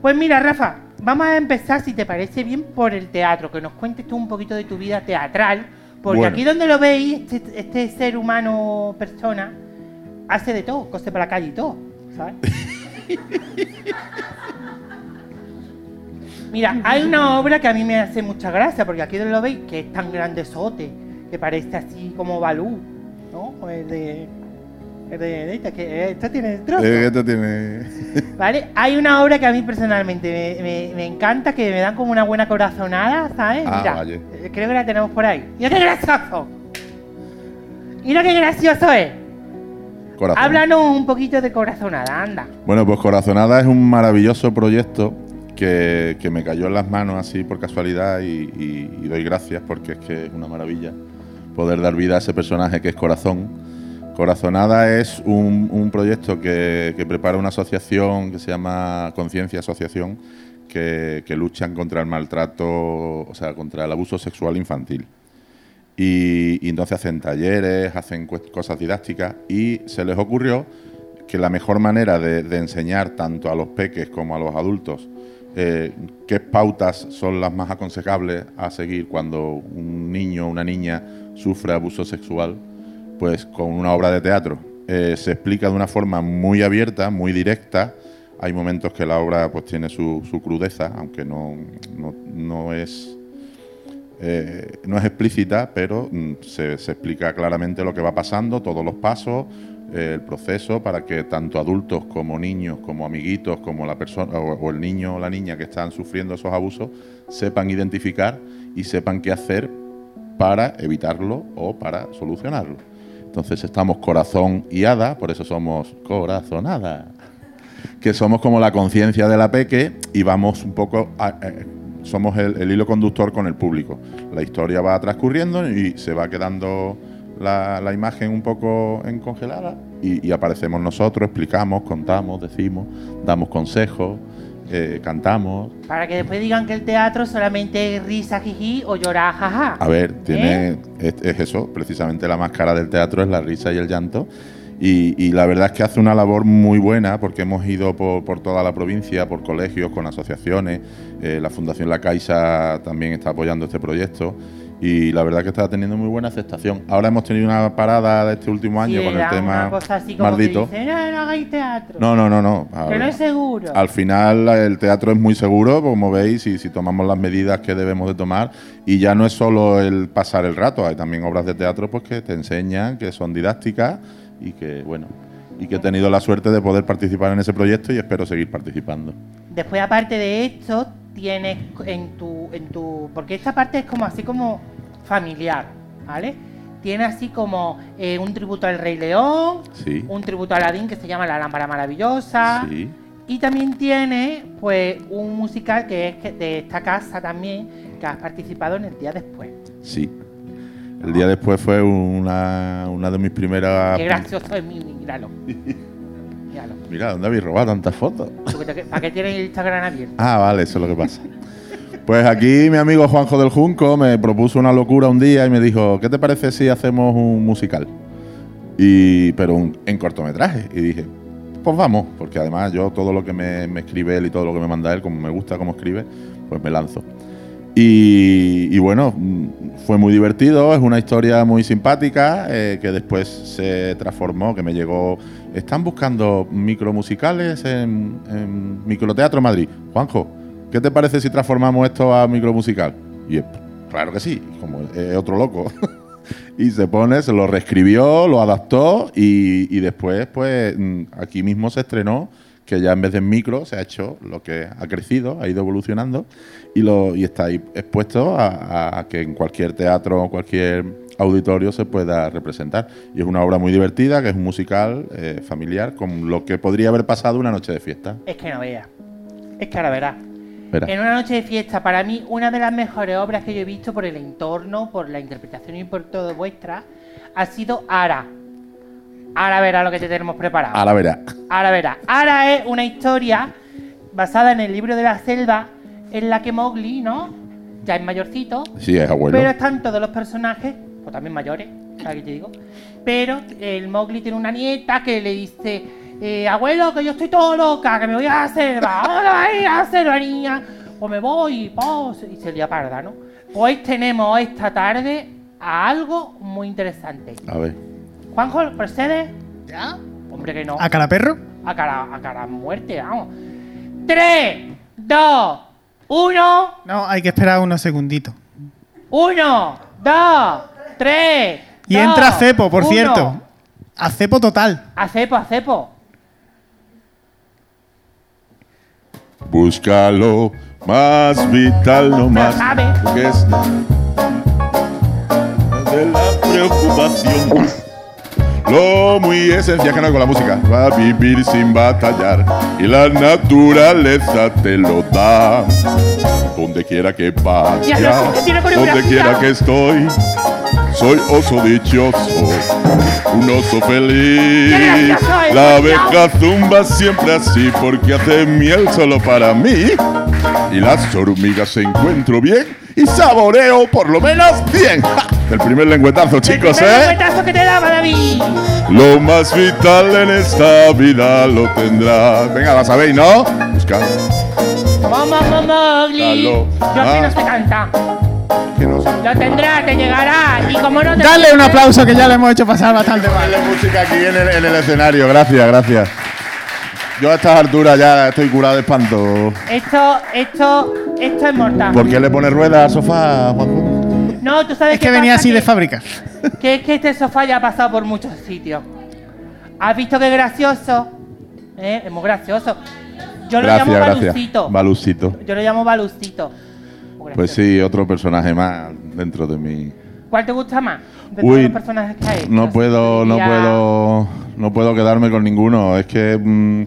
S2: Pues mira, Rafa, vamos a empezar, si te parece bien, por el teatro. Que nos cuentes tú un poquito de tu vida teatral. Porque
S7: Bueno.
S2: aquí donde lo veis, este, este ser humano, persona, hace de todo, cose para la calle y todo, ¿sabes? Mira, hay una obra que a mí me hace mucha gracia, porque aquí lo veis, que es tan grandezote, que parece así como Balú, ¿no? O el de... El de... Este, que esto tiene trozo.
S7: Eh, esto
S2: *laughs*
S7: tiene...
S2: ¿Vale? Hay una obra que a mí personalmente me, me- me encanta, que me dan como una buena corazonada, ¿sabes?
S7: Ah,
S2: Mira,
S7: vale.
S2: eh, creo que la tenemos por ahí. ¡Mira qué gracioso! ¡Mira qué gracioso es!
S7: Corazón.
S2: Háblanos un poquito de corazonada, anda.
S7: Bueno, pues Corazonada es un maravilloso proyecto que, que me cayó en las manos así por casualidad y, y- y doy gracias porque es que es una maravilla poder dar vida a ese personaje que es Corazón. Corazonada es un, un proyecto que, que prepara una asociación que se llama Conciencia Asociación que, que luchan contra el maltrato, o sea, contra el abuso sexual infantil. Y, y entonces hacen talleres, hacen cues- cosas didácticas y se les ocurrió que la mejor manera de, de enseñar tanto a los peques como a los adultos eh, qué pautas son las más aconsejables a seguir cuando un niño o una niña sufre abuso sexual, pues con una obra de teatro. Eh, se explica de una forma muy abierta, muy directa. Hay momentos que la obra pues, tiene su, su crudeza, aunque no, no- no es eh, no es explícita, pero mm, se, se explica claramente lo que va pasando, todos los pasos, eh, el proceso para que tanto adultos como niños, como amiguitos, como la persona o, o el niño o la niña que están sufriendo esos abusos sepan identificar y sepan qué hacer para evitarlo o para solucionarlo. Entonces estamos corazón y hada, por eso somos corazonada que somos como la conciencia de la peque y vamos un poco, a- eh, somos el, el hilo conductor con el público. La historia va transcurriendo y se va quedando la, la imagen un poco en congelada y, y aparecemos nosotros, explicamos, contamos, decimos, damos consejos, eh, cantamos.
S2: Para que después digan que el teatro solamente es risa, jiji o llorar, jaja.
S7: A ver, tiene es, es eso, precisamente la máscara del teatro es la risa y el llanto. Y, y la verdad es que hace una labor muy buena porque hemos ido por, por toda la provincia, por colegios, con asociaciones. eh, la Fundación La Caixa también está apoyando este proyecto. Y la verdad que está teniendo muy buena aceptación. Ahora hemos tenido una parada de este último año
S2: Sí,
S7: con el
S2: era
S7: tema
S2: Una cosa así como que
S7: maldito. Ah,
S2: dice, no, no hagáis teatro.
S7: No, no, no, no. A
S2: que no
S7: ver,
S2: es seguro.
S7: Al final eh, el teatro es muy seguro, como veis, y si tomamos las medidas que debemos de tomar, y ya no es solo el pasar el rato, hay también obras de teatro pues que te enseñan, que son didácticas y que bueno, y que he tenido la suerte de poder participar en ese proyecto y espero seguir participando.
S2: Después, aparte de esto, tienes en tu, en tu. Porque esta parte es como así como familiar, ¿vale? Tiene así como eh, un tributo al Rey León,
S7: Sí.
S2: un tributo a Aladdin que se llama La Lámpara Maravillosa.
S7: Sí.
S2: Y también tiene, pues, un musical que es que- de esta casa también, que has participado en el día después.
S7: Sí. El día después fue una, una de mis primeras.
S2: Qué gracioso es Mimi, míralo. Míralo.
S7: Mira, ¿dónde habéis robado tantas fotos?
S2: Porque te- ¿Para qué tiene el Instagram abierto?
S7: Ah, vale, eso es lo que pasa. Pues aquí mi amigo Juanjo del Junco me propuso una locura un día y me dijo, ¿qué te parece si hacemos un musical? Y, pero un- en cortometraje. Y dije, pues vamos, porque además yo todo lo que me, me escribe él y todo lo que me manda él, como me gusta cómo escribe, pues me lanzo. Y, y bueno, mm, fue muy divertido, es una historia muy simpática eh, que después se transformó, que me llegó. Están buscando micromusicales en, en Microteatro Madrid. Juanjo, ¿qué te parece si transformamos esto a micromusical? Y él, claro que sí, como es otro loco. *laughs* y se pone, se lo reescribió, lo adaptó y, y después, pues mm, aquí mismo se estrenó, que ya en vez de en micro se ha hecho lo que ha crecido, ha ido evolucionando y, lo, y está ahí expuesto a, a- a que en cualquier teatro o cualquier auditorio se pueda representar. Y es una obra muy divertida, que es un musical eh, familiar, con lo que podría haber pasado una noche de fiesta.
S2: Es que no veas. Es que ahora verás.
S7: Espera.
S2: En una noche de fiesta, para mí, una de las mejores obras que yo he visto por el entorno, por la interpretación y por todo vuestra, ha sido Ara. Ahora verás lo que te tenemos preparado.
S7: Ahora verá.
S2: Ahora verás. Ahora es una historia basada en el libro de la selva, en la que Mowgli, ¿no? Ya es mayorcito,
S7: Sí, es abuelo.
S2: pero están todos los personajes, o también mayores, ¿sabes qué te digo? Pero el Mowgli tiene una nieta que le dice, eh, abuelo, que yo estoy todo loca, que me voy a la selva, *laughs* ahora voy a la selva, niña, pues me voy, pues, y se le parda, ¿no? Pues tenemos esta tarde a algo muy interesante.
S7: A ver.
S2: Juanjo, ¿procede?
S3: ¿Ya?
S2: Hombre que no.
S3: ¿A cara perro?
S2: A cara, a cara muerte, vamos. Tres, dos, uno...
S3: No, hay que esperar unos segunditos.
S2: Uno, dos, tres.
S3: Y
S2: dos,
S3: entra Cepo, por
S2: uno.
S3: cierto. A Cepo total.
S2: A Cepo, a Cepo.
S7: Búscalo, más vital no más.
S2: Sabe.
S7: Que es de la preocupación. Lo muy esencial que no con la música. Va a vivir sin batallar. Y la naturaleza te lo da. Donde quiera que
S2: Ya,
S7: vaya.
S2: no, que tiene coreografía.
S7: Donde quiera que estoy. Soy oso dichoso, un oso feliz.
S2: gracioso es,
S7: La
S2: Santiago.
S7: abeja zumba siempre así porque hace miel solo para mí. Y las hormigas se encuentro bien y saboreo por lo menos bien. ¡Ja! El primer lengüetazo, chicos,
S2: El
S7: ¿eh?
S2: bofetazo que te daba, David.
S7: Lo más vital en esta vida lo tendrá. Venga, la sabéis, ¿no? Buscad.
S2: Vamos, vamos, Mowgli.
S7: Aló.
S2: Yo que
S7: Ah.
S2: no se canta.
S7: Que no
S2: Lo tendrá, te llegará. Y como no te.
S3: Dale un aplauso que ya le hemos hecho pasar bastante mal.
S7: Ponle música aquí en el, en el escenario. Gracias, gracias. Yo a estas alturas ya estoy curado de espanto.
S2: Esto, esto, esto es mortal.
S7: ¿Por qué le pones rueda al sofá, Juanjo?
S2: No, tú sabes
S3: Es que
S2: qué
S3: venía
S2: pasa?
S3: así de
S2: Que-
S3: fábrica.
S2: Que es que este sofá ya ha pasado por muchos sitios. ¿Has visto qué gracioso? ¿Eh? Es muy gracioso. Yo lo
S7: Gracias,
S2: llamo
S7: gracias.
S2: Balucito.
S7: Balucito.
S2: Yo lo llamo Balucito. Muy
S7: Pues
S2: gracioso.
S7: sí, otro personaje más dentro de mí.
S2: ¿Cuál te gusta más? De todos
S7: Uy,
S2: los personajes que hay.
S7: no puedo, no puedo, no puedo quedarme con ninguno. Es que mm,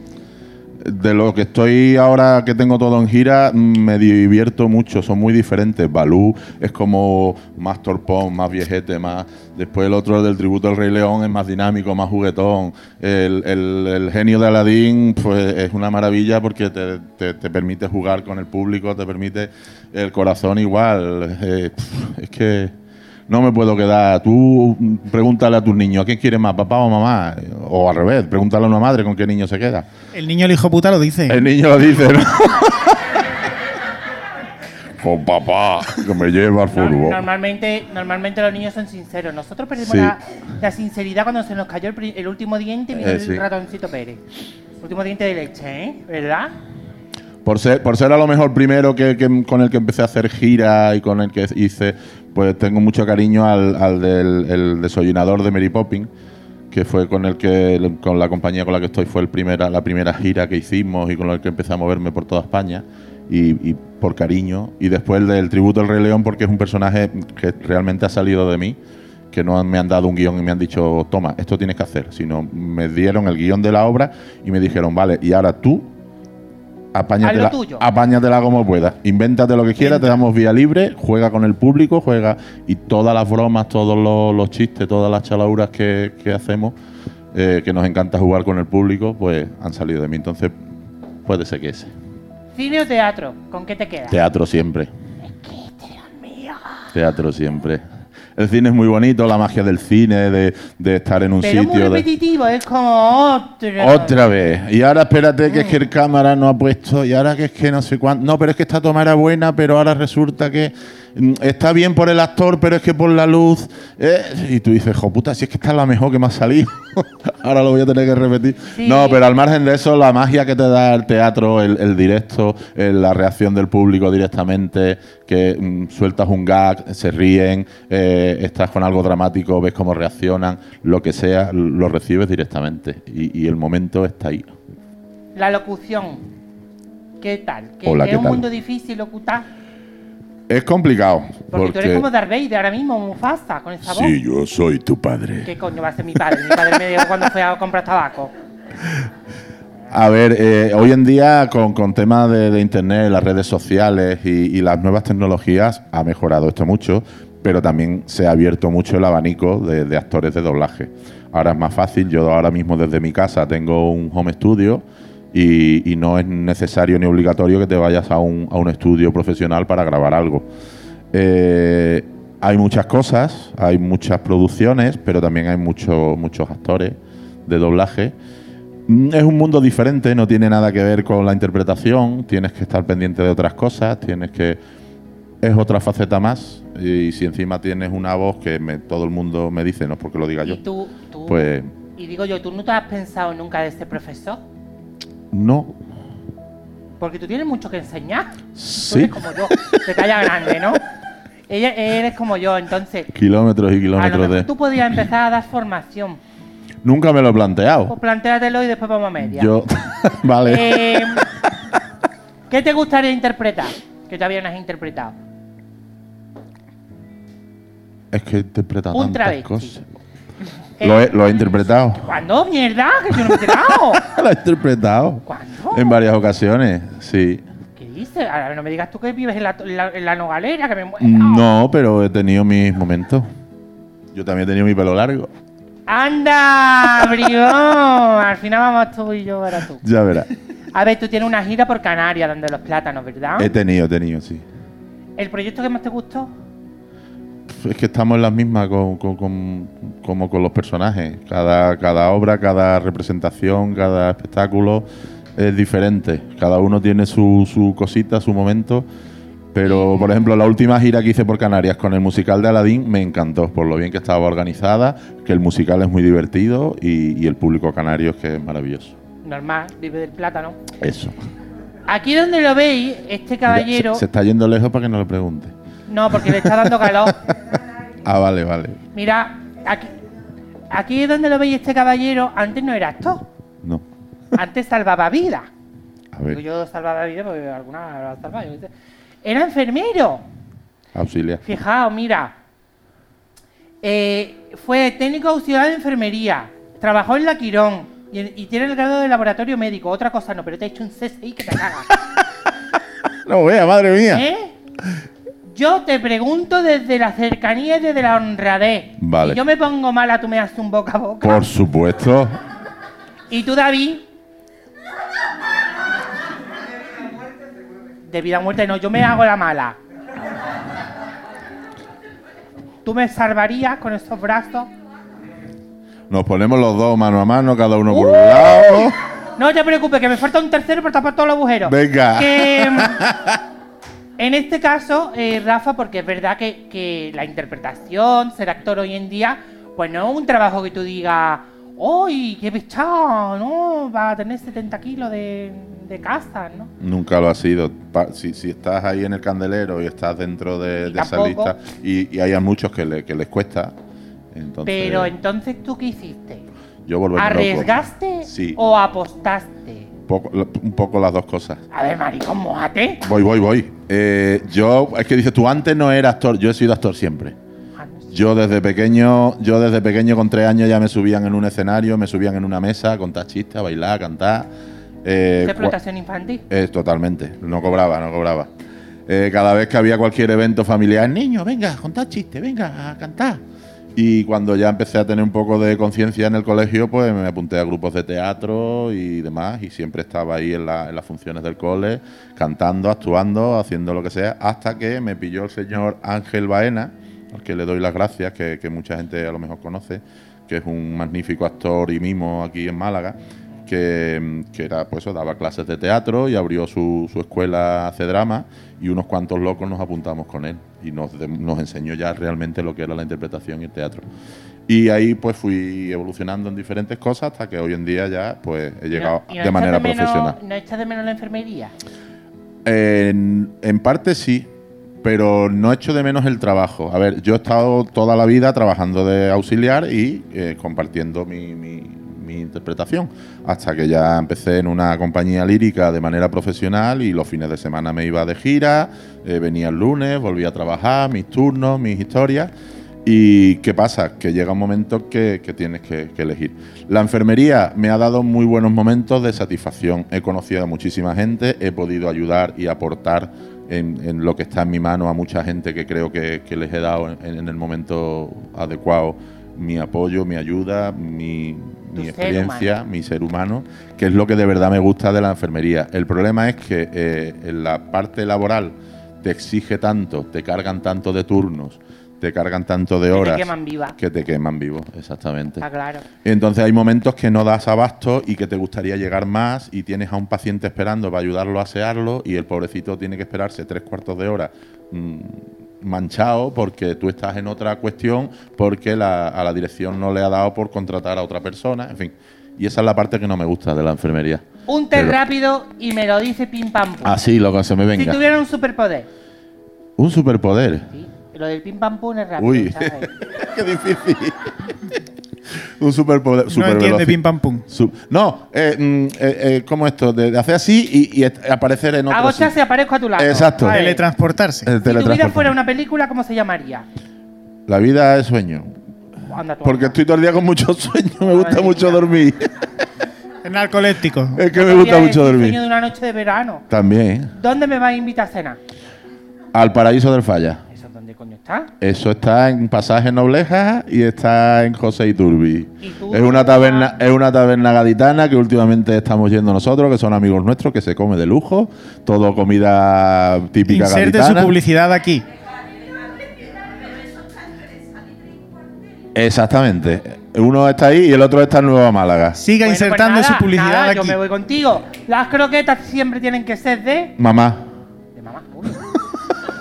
S7: de lo que estoy ahora que tengo todo en gira, mm, me divierto mucho. Son muy diferentes. Balú es como más torpón, más viejete, más. Después el otro del tributo al Rey León es más dinámico, más juguetón. El, el- el genio de Aladdin pues, es una maravilla porque te, te- te permite jugar con el público, te permite el corazón igual. Eh, pf, es que no me puedo quedar. Tú mm, pregúntale a tus niños, ¿a quién quieres más, papá o mamá? O al revés, pregúntale a una madre con qué niño se queda.
S3: El niño, el hijo puta, lo dice.
S7: El niño lo dice, ¿no? Con papá, *laughs* que me lleva al
S2: No-
S7: fútbol.
S2: normalmente, normalmente los niños son sinceros. Nosotros perdimos
S7: Sí.
S2: la, la sinceridad cuando se nos cayó el, pri- el último diente
S7: Eh,
S2: del
S7: sí.
S2: ratoncito Pérez. Último diente de leche, ¿eh? ¿Verdad?
S7: *laughs* Por ser, por ser a lo mejor primero que, que- con el que empecé a hacer gira y con el que hice, pues tengo mucho cariño al, al del el desollinador de Mary Poppins, que fue con el que con la compañía con la que estoy fue el primera, la primera gira que hicimos y con el que empecé a moverme por toda España y, y por cariño. Y después el del tributo al Rey León porque es un personaje que realmente ha salido de mí que no me han dado un guión y me han dicho, toma, esto tienes que hacer, sino me dieron el guión de la obra y me dijeron, vale, y ahora tú apáñatela,
S2: tuyo.
S7: apáñatela como puedas, invéntate lo que quieras, te damos vía libre, juega con el público, juega y todas las bromas, todos los, los chistes, todas las chalauras que, que hacemos, eh, que nos encanta jugar con el público, pues han salido de mí. Entonces, puede ser que ese.
S2: ¿Cine o teatro? ¿Con qué te quedas?
S7: Teatro siempre. Teatro siempre. El cine es muy bonito, la magia del cine, de, de estar en un
S2: Pero muy
S7: sitio. de-
S2: repetitivo, es como otro.
S7: Otra vez. Y ahora espérate que es que el cámara no ha puesto. Y ahora que es que no sé cuánto. No, pero es que esta toma era buena, pero ahora resulta que mm, está bien por el actor, pero es que por la luz. eh, y tú dices, jo puta, si es que esta es la mejor que me ha salido. *laughs* ahora lo voy a tener que repetir.
S2: Sí.
S7: No, pero al margen de eso, la magia que te da el teatro, el, el directo, eh, la reacción del público directamente, que mm, sueltas un gag, se ríen, eh, estás con algo dramático, ves cómo reaccionan, lo que sea, lo recibes directamente y, y el momento está ahí.
S2: La locución. ¿Qué tal? ¿Que
S7: Hola,
S2: que
S7: ¿qué
S2: es un
S7: tal?
S2: mundo difícil locutar?
S7: Es complicado.
S2: Porque, tú eres como Darth Vader ahora mismo, Mufasa, con esa voz.
S7: Sí, yo soy tu padre.
S2: ¿Qué coño va a ser mi padre? Mi padre me dijo cuando fue a comprar tabaco.
S7: A ver, eh, hoy en día con, con temas de, de Internet, las redes sociales y, y las nuevas tecnologías ha mejorado esto mucho, pero también se ha abierto mucho el abanico de, de actores de doblaje. Ahora es más fácil, yo ahora mismo desde mi casa tengo un home studio y, y no es necesario ni obligatorio que te vayas a un, a un estudio profesional para grabar algo. Eh, hay muchas cosas, hay muchas producciones, pero también hay muchos muchos actores de doblaje. Mm, Es un mundo diferente, no tiene nada que ver con la interpretación, tienes que estar pendiente de otras cosas, tienes que... Es otra faceta más y si encima tienes una voz que me- todo el mundo me dice, no es porque lo diga yo,
S2: Y tú, tú.
S7: pues
S2: Y digo yo, ¿tú no te has pensado nunca de ser profesor?
S7: no,
S2: Porque tú tienes mucho que enseñar. Tú
S7: sí,
S2: eres como yo, de talla grande, ¿no? Ella, eres como yo, entonces.
S7: kilómetros y
S2: A lo
S7: kilómetros
S2: mejor
S7: de...
S2: tú podrías empezar a dar formación.
S7: Nunca me lo he
S2: Pues
S7: planteado.
S2: plantéatelo y después vamos a media.
S7: Oh. Yo, *laughs* vale. *laughs*
S2: Eh, ¿Qué te gustaría interpretar? Que todavía no has interpretado.
S7: Es que he interpretado
S2: Un
S7: tantas
S2: travesti.
S7: cosas.
S2: Eh,
S7: Lo he, lo he interpretado. *laughs*
S2: ¿Cuándo? ¡Mierda! ¡Que yo no me he enterado!
S7: lo he interpretado.
S2: ¿Cuándo?
S7: En varias ocasiones, sí.
S2: ¿Qué dices? Ahora no me digas tú que vives en la, en la- en la nogalera, que me muero.
S7: No, pero he tenido mis momentos. Yo también he tenido mi pelo largo.
S2: ¡Anda, bribón! Al final vamos tú y yo, ahora tú.
S7: Ya verás.
S2: A ver, tú tienes una gira por Canarias, donde los plátanos, ¿verdad?
S7: He tenido, he tenido, sí.
S2: ¿El proyecto que más te gustó?
S7: Es que estamos en las mismas con, con- con- como con los personajes. Cada, cada obra, cada representación, cada espectáculo es diferente. Cada uno tiene su, su cosita, su momento. Pero, por ejemplo, la última gira que hice por Canarias con el musical de Aladdin me encantó, por lo bien que estaba organizada, que el musical es muy divertido y, y el público canario es que es maravilloso.
S2: Normal, vive del plátano.
S7: Eso.
S2: Aquí donde lo veis, este caballero...
S7: Se, se está yendo lejos para que no le pregunte.
S2: No, porque le
S7: *laughs*
S2: está dando calor.
S7: Ah, vale, vale.
S2: Mira, aquí, aquí es donde lo veis este caballero, antes no era actor,
S7: No.
S2: *laughs* antes salvaba vidas.
S7: A ver,
S2: Yo salvaba vidas porque alguna la salvaba. yo qué sé. Era enfermero.
S7: auxiliar.
S2: Fijaos, mira. Eh, fue técnico auxiliar de enfermería. Trabajó en la Quirón. Y, y tiene el grado de laboratorio médico. Otra cosa no, pero te he hecho un CSI que te caga.
S7: No vea, madre mía.
S2: ¿Eh? Yo te pregunto desde la cercanía y desde la honradez.
S7: Vale.
S2: Si yo me pongo mala, tú me haces un boca a boca.
S7: Por supuesto.
S2: ¿Y tú, David? De vida a muerte, no, yo me hago la mala. ¿Tú me salvarías con esos brazos?
S7: Nos ponemos los dos mano a mano, cada uno
S2: ¡Uh!
S7: por un lado.
S2: No te preocupes, que me falta un tercero para tapar todos los agujeros.
S7: Venga.
S2: Que, mm, En este caso, eh, Rafa, porque es verdad que, que la interpretación, ser actor hoy en día, pues no es un trabajo que tú digas, ¡Uy, qué pesado! ¿No? Va a tener 70 kilos de, de casa, ¿no?
S7: Nunca lo ha sido. Pa- Si, si estás ahí en el candelero y estás dentro de,
S2: Y
S7: de esa
S2: tampoco.
S7: lista y, y hay a muchos que, le- que les cuesta, entonces
S2: Pero entonces, ¿tú qué hiciste?
S7: yo volverme loco.
S2: ¿Arriesgaste
S7: Sí,
S2: o apostaste?
S7: poco- lo- un poco las dos cosas.
S2: A ver, maricón, mojate.
S7: Voy, voy, voy. Eh, yo, es que dices, tú antes no eras actor, yo he sido actor siempre. Yo desde pequeño, yo desde pequeño con tres años ya me subían en un escenario, me subían en una mesa, a contar chistes, a bailar, a cantar. Eh,
S2: ¿Qué
S7: cua-
S2: explotación infantil?
S7: Eh, totalmente, no cobraba, no cobraba. Eh, cada vez que había cualquier evento familiar, niño, venga, contad chistes, venga, a cantar. Y cuando ya empecé a tener un poco de conciencia en el colegio, pues me apunté a grupos de teatro y demás, y siempre estaba ahí en, la- en las funciones del cole, cantando, actuando, haciendo lo que sea, hasta que me pilló el señor Ángel Baena, al que le doy las gracias, que, que mucha gente a lo mejor conoce, que es un magnífico actor y mimo aquí en Málaga, que, que era, pues eso, daba clases de teatro y abrió su, su escuela hace drama y unos cuantos locos nos apuntamos con él y nos, de- nos enseñó ya realmente lo que era la interpretación y el teatro. Y ahí pues fui evolucionando en diferentes cosas hasta que hoy en día ya pues he llegado
S2: ¿Y no
S7: de
S2: echas
S7: manera
S2: menos-
S7: profesional.
S2: ¿No echas de menos la enfermería?
S7: En, en parte sí, pero no echo de menos el trabajo. A ver, yo he estado toda la vida trabajando de auxiliar y eh, compartiendo mi, mi- mi interpretación, hasta que ya empecé en una compañía lírica de manera profesional y los fines de semana me iba de gira, eh, venía el lunes, volvía a trabajar, mis turnos, mis historias. ¿Y qué pasa? Que llega un momento que, que tienes que, que elegir. La enfermería me ha dado muy buenos momentos de satisfacción. He conocido a muchísima gente, he podido ayudar y aportar en, en lo que está en mi mano a mucha gente que creo que, que les he dado en, en el momento adecuado mi apoyo, mi ayuda, mi,
S2: Tu
S7: mi
S2: ser
S7: experiencia, mi ser humano, que es lo que de verdad me gusta de la enfermería. El problema es que eh, en la parte laboral te exige tanto, te cargan tanto de turnos, te cargan tanto de
S2: Que te
S7: horas.
S2: queman viva.
S7: Que te queman vivo, exactamente.
S2: Está Ah, claro.
S7: Entonces hay momentos que no das abasto y que te gustaría llegar más y tienes a un paciente esperando para ayudarlo a asearlo y el pobrecito tiene que esperarse tres cuartos de hora mm, manchado porque tú estás en otra cuestión, porque la- a la dirección no le ha dado por contratar a otra persona, en fin. Y esa es la parte que no me gusta de la enfermería.
S2: Un test
S7: Pero-
S2: rápido y me lo dice pim pam pum.
S7: Así, lo que se me
S2: si
S7: venga.
S2: tuviera un superpoder.
S7: Un superpoder.
S2: Sí, Lo del pim pam pum es rápido.
S7: Uy,
S2: ¿sabes?
S7: *laughs* qué difícil. Un superpoder.
S3: No entiende
S7: superveloci-
S3: pim pam pum.
S7: Su- no, eh, mm, eh, eh, ¿cómo esto? De, de hacer así y, y est- aparecer en otro.
S2: Hago
S7: sitio.
S2: chase, aparezco *laughs* a tu lado.
S7: Exacto. Eh,
S2: Vale.
S3: Teletransportarse.
S7: El
S2: Ah, Si tu vida
S7: teletransporte.
S2: fuera una película, ¿cómo se llamaría?
S7: La vida es sueño.
S2: Anda tú,
S7: Porque
S2: anda.
S7: estoy todo el día con mucho *laughs* sueño, me gusta
S2: Madre
S7: mucho
S2: mía.
S7: dormir.
S3: El narcoléctico.
S7: Es que
S2: No
S7: me
S2: te
S7: gusta
S2: olvides
S7: mucho
S2: del Sueño de
S7: dormir.
S2: una noche de verano.
S7: También.
S2: ¿Dónde me vas a invitar a cenar?
S7: Al paraíso del falla.
S2: ¿Eso es donde coño está?
S7: Eso está en Pasaje Nobleja y está en José Iturbi.
S2: ¿Y tú?
S7: Es una taberna, es una taberna gaditana que últimamente estamos yendo nosotros, que son amigos nuestros, que se come de lujo, todo comida típica
S3: Inserte su
S7: gaditana.
S3: publicidad aquí.
S7: Exactamente. Uno está ahí y el otro está en Nueva Málaga.
S3: Siga
S2: Bueno, pues
S3: insertando
S2: nada,
S3: su publicidad
S2: nada, Yo
S3: aquí.
S2: me voy contigo. Las croquetas siempre tienen que ser de.
S7: Mamá.
S2: de mamá. uy.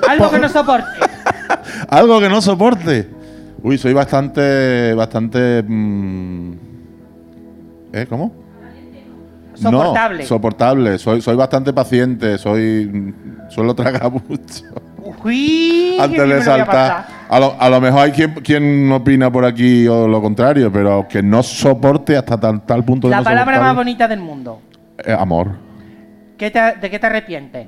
S2: Algo que no soporte.
S7: Algo que no soporte. Uy, soy bastante. bastante. mm, ¿Eh? ¿Cómo? No,
S2: Soportable.
S7: soportable. Soy, soy bastante paciente. Soy. mm, Suelo tragar *laughs* mucho.
S2: Uy, qué
S7: antes
S2: bien me
S7: de
S2: lo voy a
S7: saltar.
S2: pasar.
S7: A lo, a lo mejor hay quien, quien opina por aquí o lo contrario, pero que no soporte hasta tal, tal punto de
S2: La
S7: no
S2: palabra más
S7: soportarlo.
S2: bonita del mundo.
S7: Eh, amor.
S2: ¿Qué te- ¿De qué te arrepientes?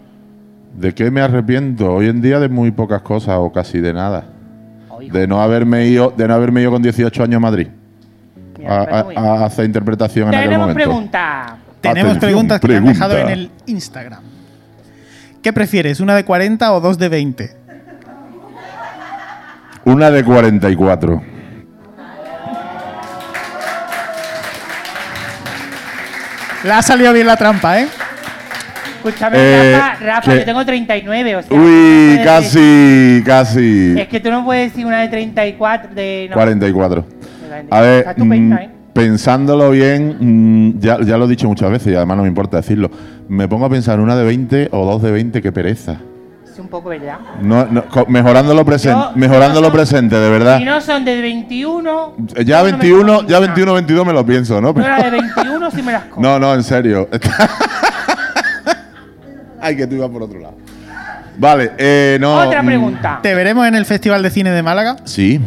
S7: ¿De qué me arrepiento? Hoy en día de muy pocas cosas o casi de nada.
S2: Oh, hijo,
S7: De no haberme ido, de no haberme ido con 18 años a Madrid
S2: mira,
S7: a,
S2: pero muy bien.
S7: a- a hacer interpretación en aquel
S2: Tenemos
S7: momento.
S2: preguntas.
S3: Tenemos
S7: Atención,
S3: preguntas que
S7: pregunta.
S3: han dejado en el Instagram. ¿Qué prefieres, una de 40 o dos de 20?
S7: Una de 44.
S3: La ha salido bien la trampa, ¿eh?
S2: Escúchame,
S7: Eh,
S2: Rafa, Rafa,
S7: que-
S2: yo tengo 39, o sea. no
S7: Uy,
S2: puedes decir-
S7: casi, casi.
S2: Es que tú no puedes decir una de 34, de... No,
S7: 44.
S2: de 44.
S7: A ver,
S2: Está estupenda,
S7: mm,
S2: ¿eh?
S7: pensándolo bien, mm, ya, ya lo he dicho muchas veces y además no me importa decirlo. Me pongo a pensar una de 20 o dos de 20, qué pereza.
S2: parece un poco, ¿verdad?
S7: No, no, co- mejorando lo presente,
S2: Yo-
S7: mejorando lo
S2: yo-
S7: presente, de verdad.
S2: Si no son de 21.
S7: ya
S2: yo no me
S7: 21,
S2: como
S7: ya
S2: ninguna.
S7: 21, 22 me lo pienso, ¿no?
S2: Yo la de 21 sí me las como.
S7: No, no, en serio. *laughs* Ay, que tú ibas por otro lado. Vale, eh, no.
S2: Otra
S7: mm,
S2: pregunta.
S3: ¿Te veremos en el Festival de Cine de Málaga?
S7: Sí,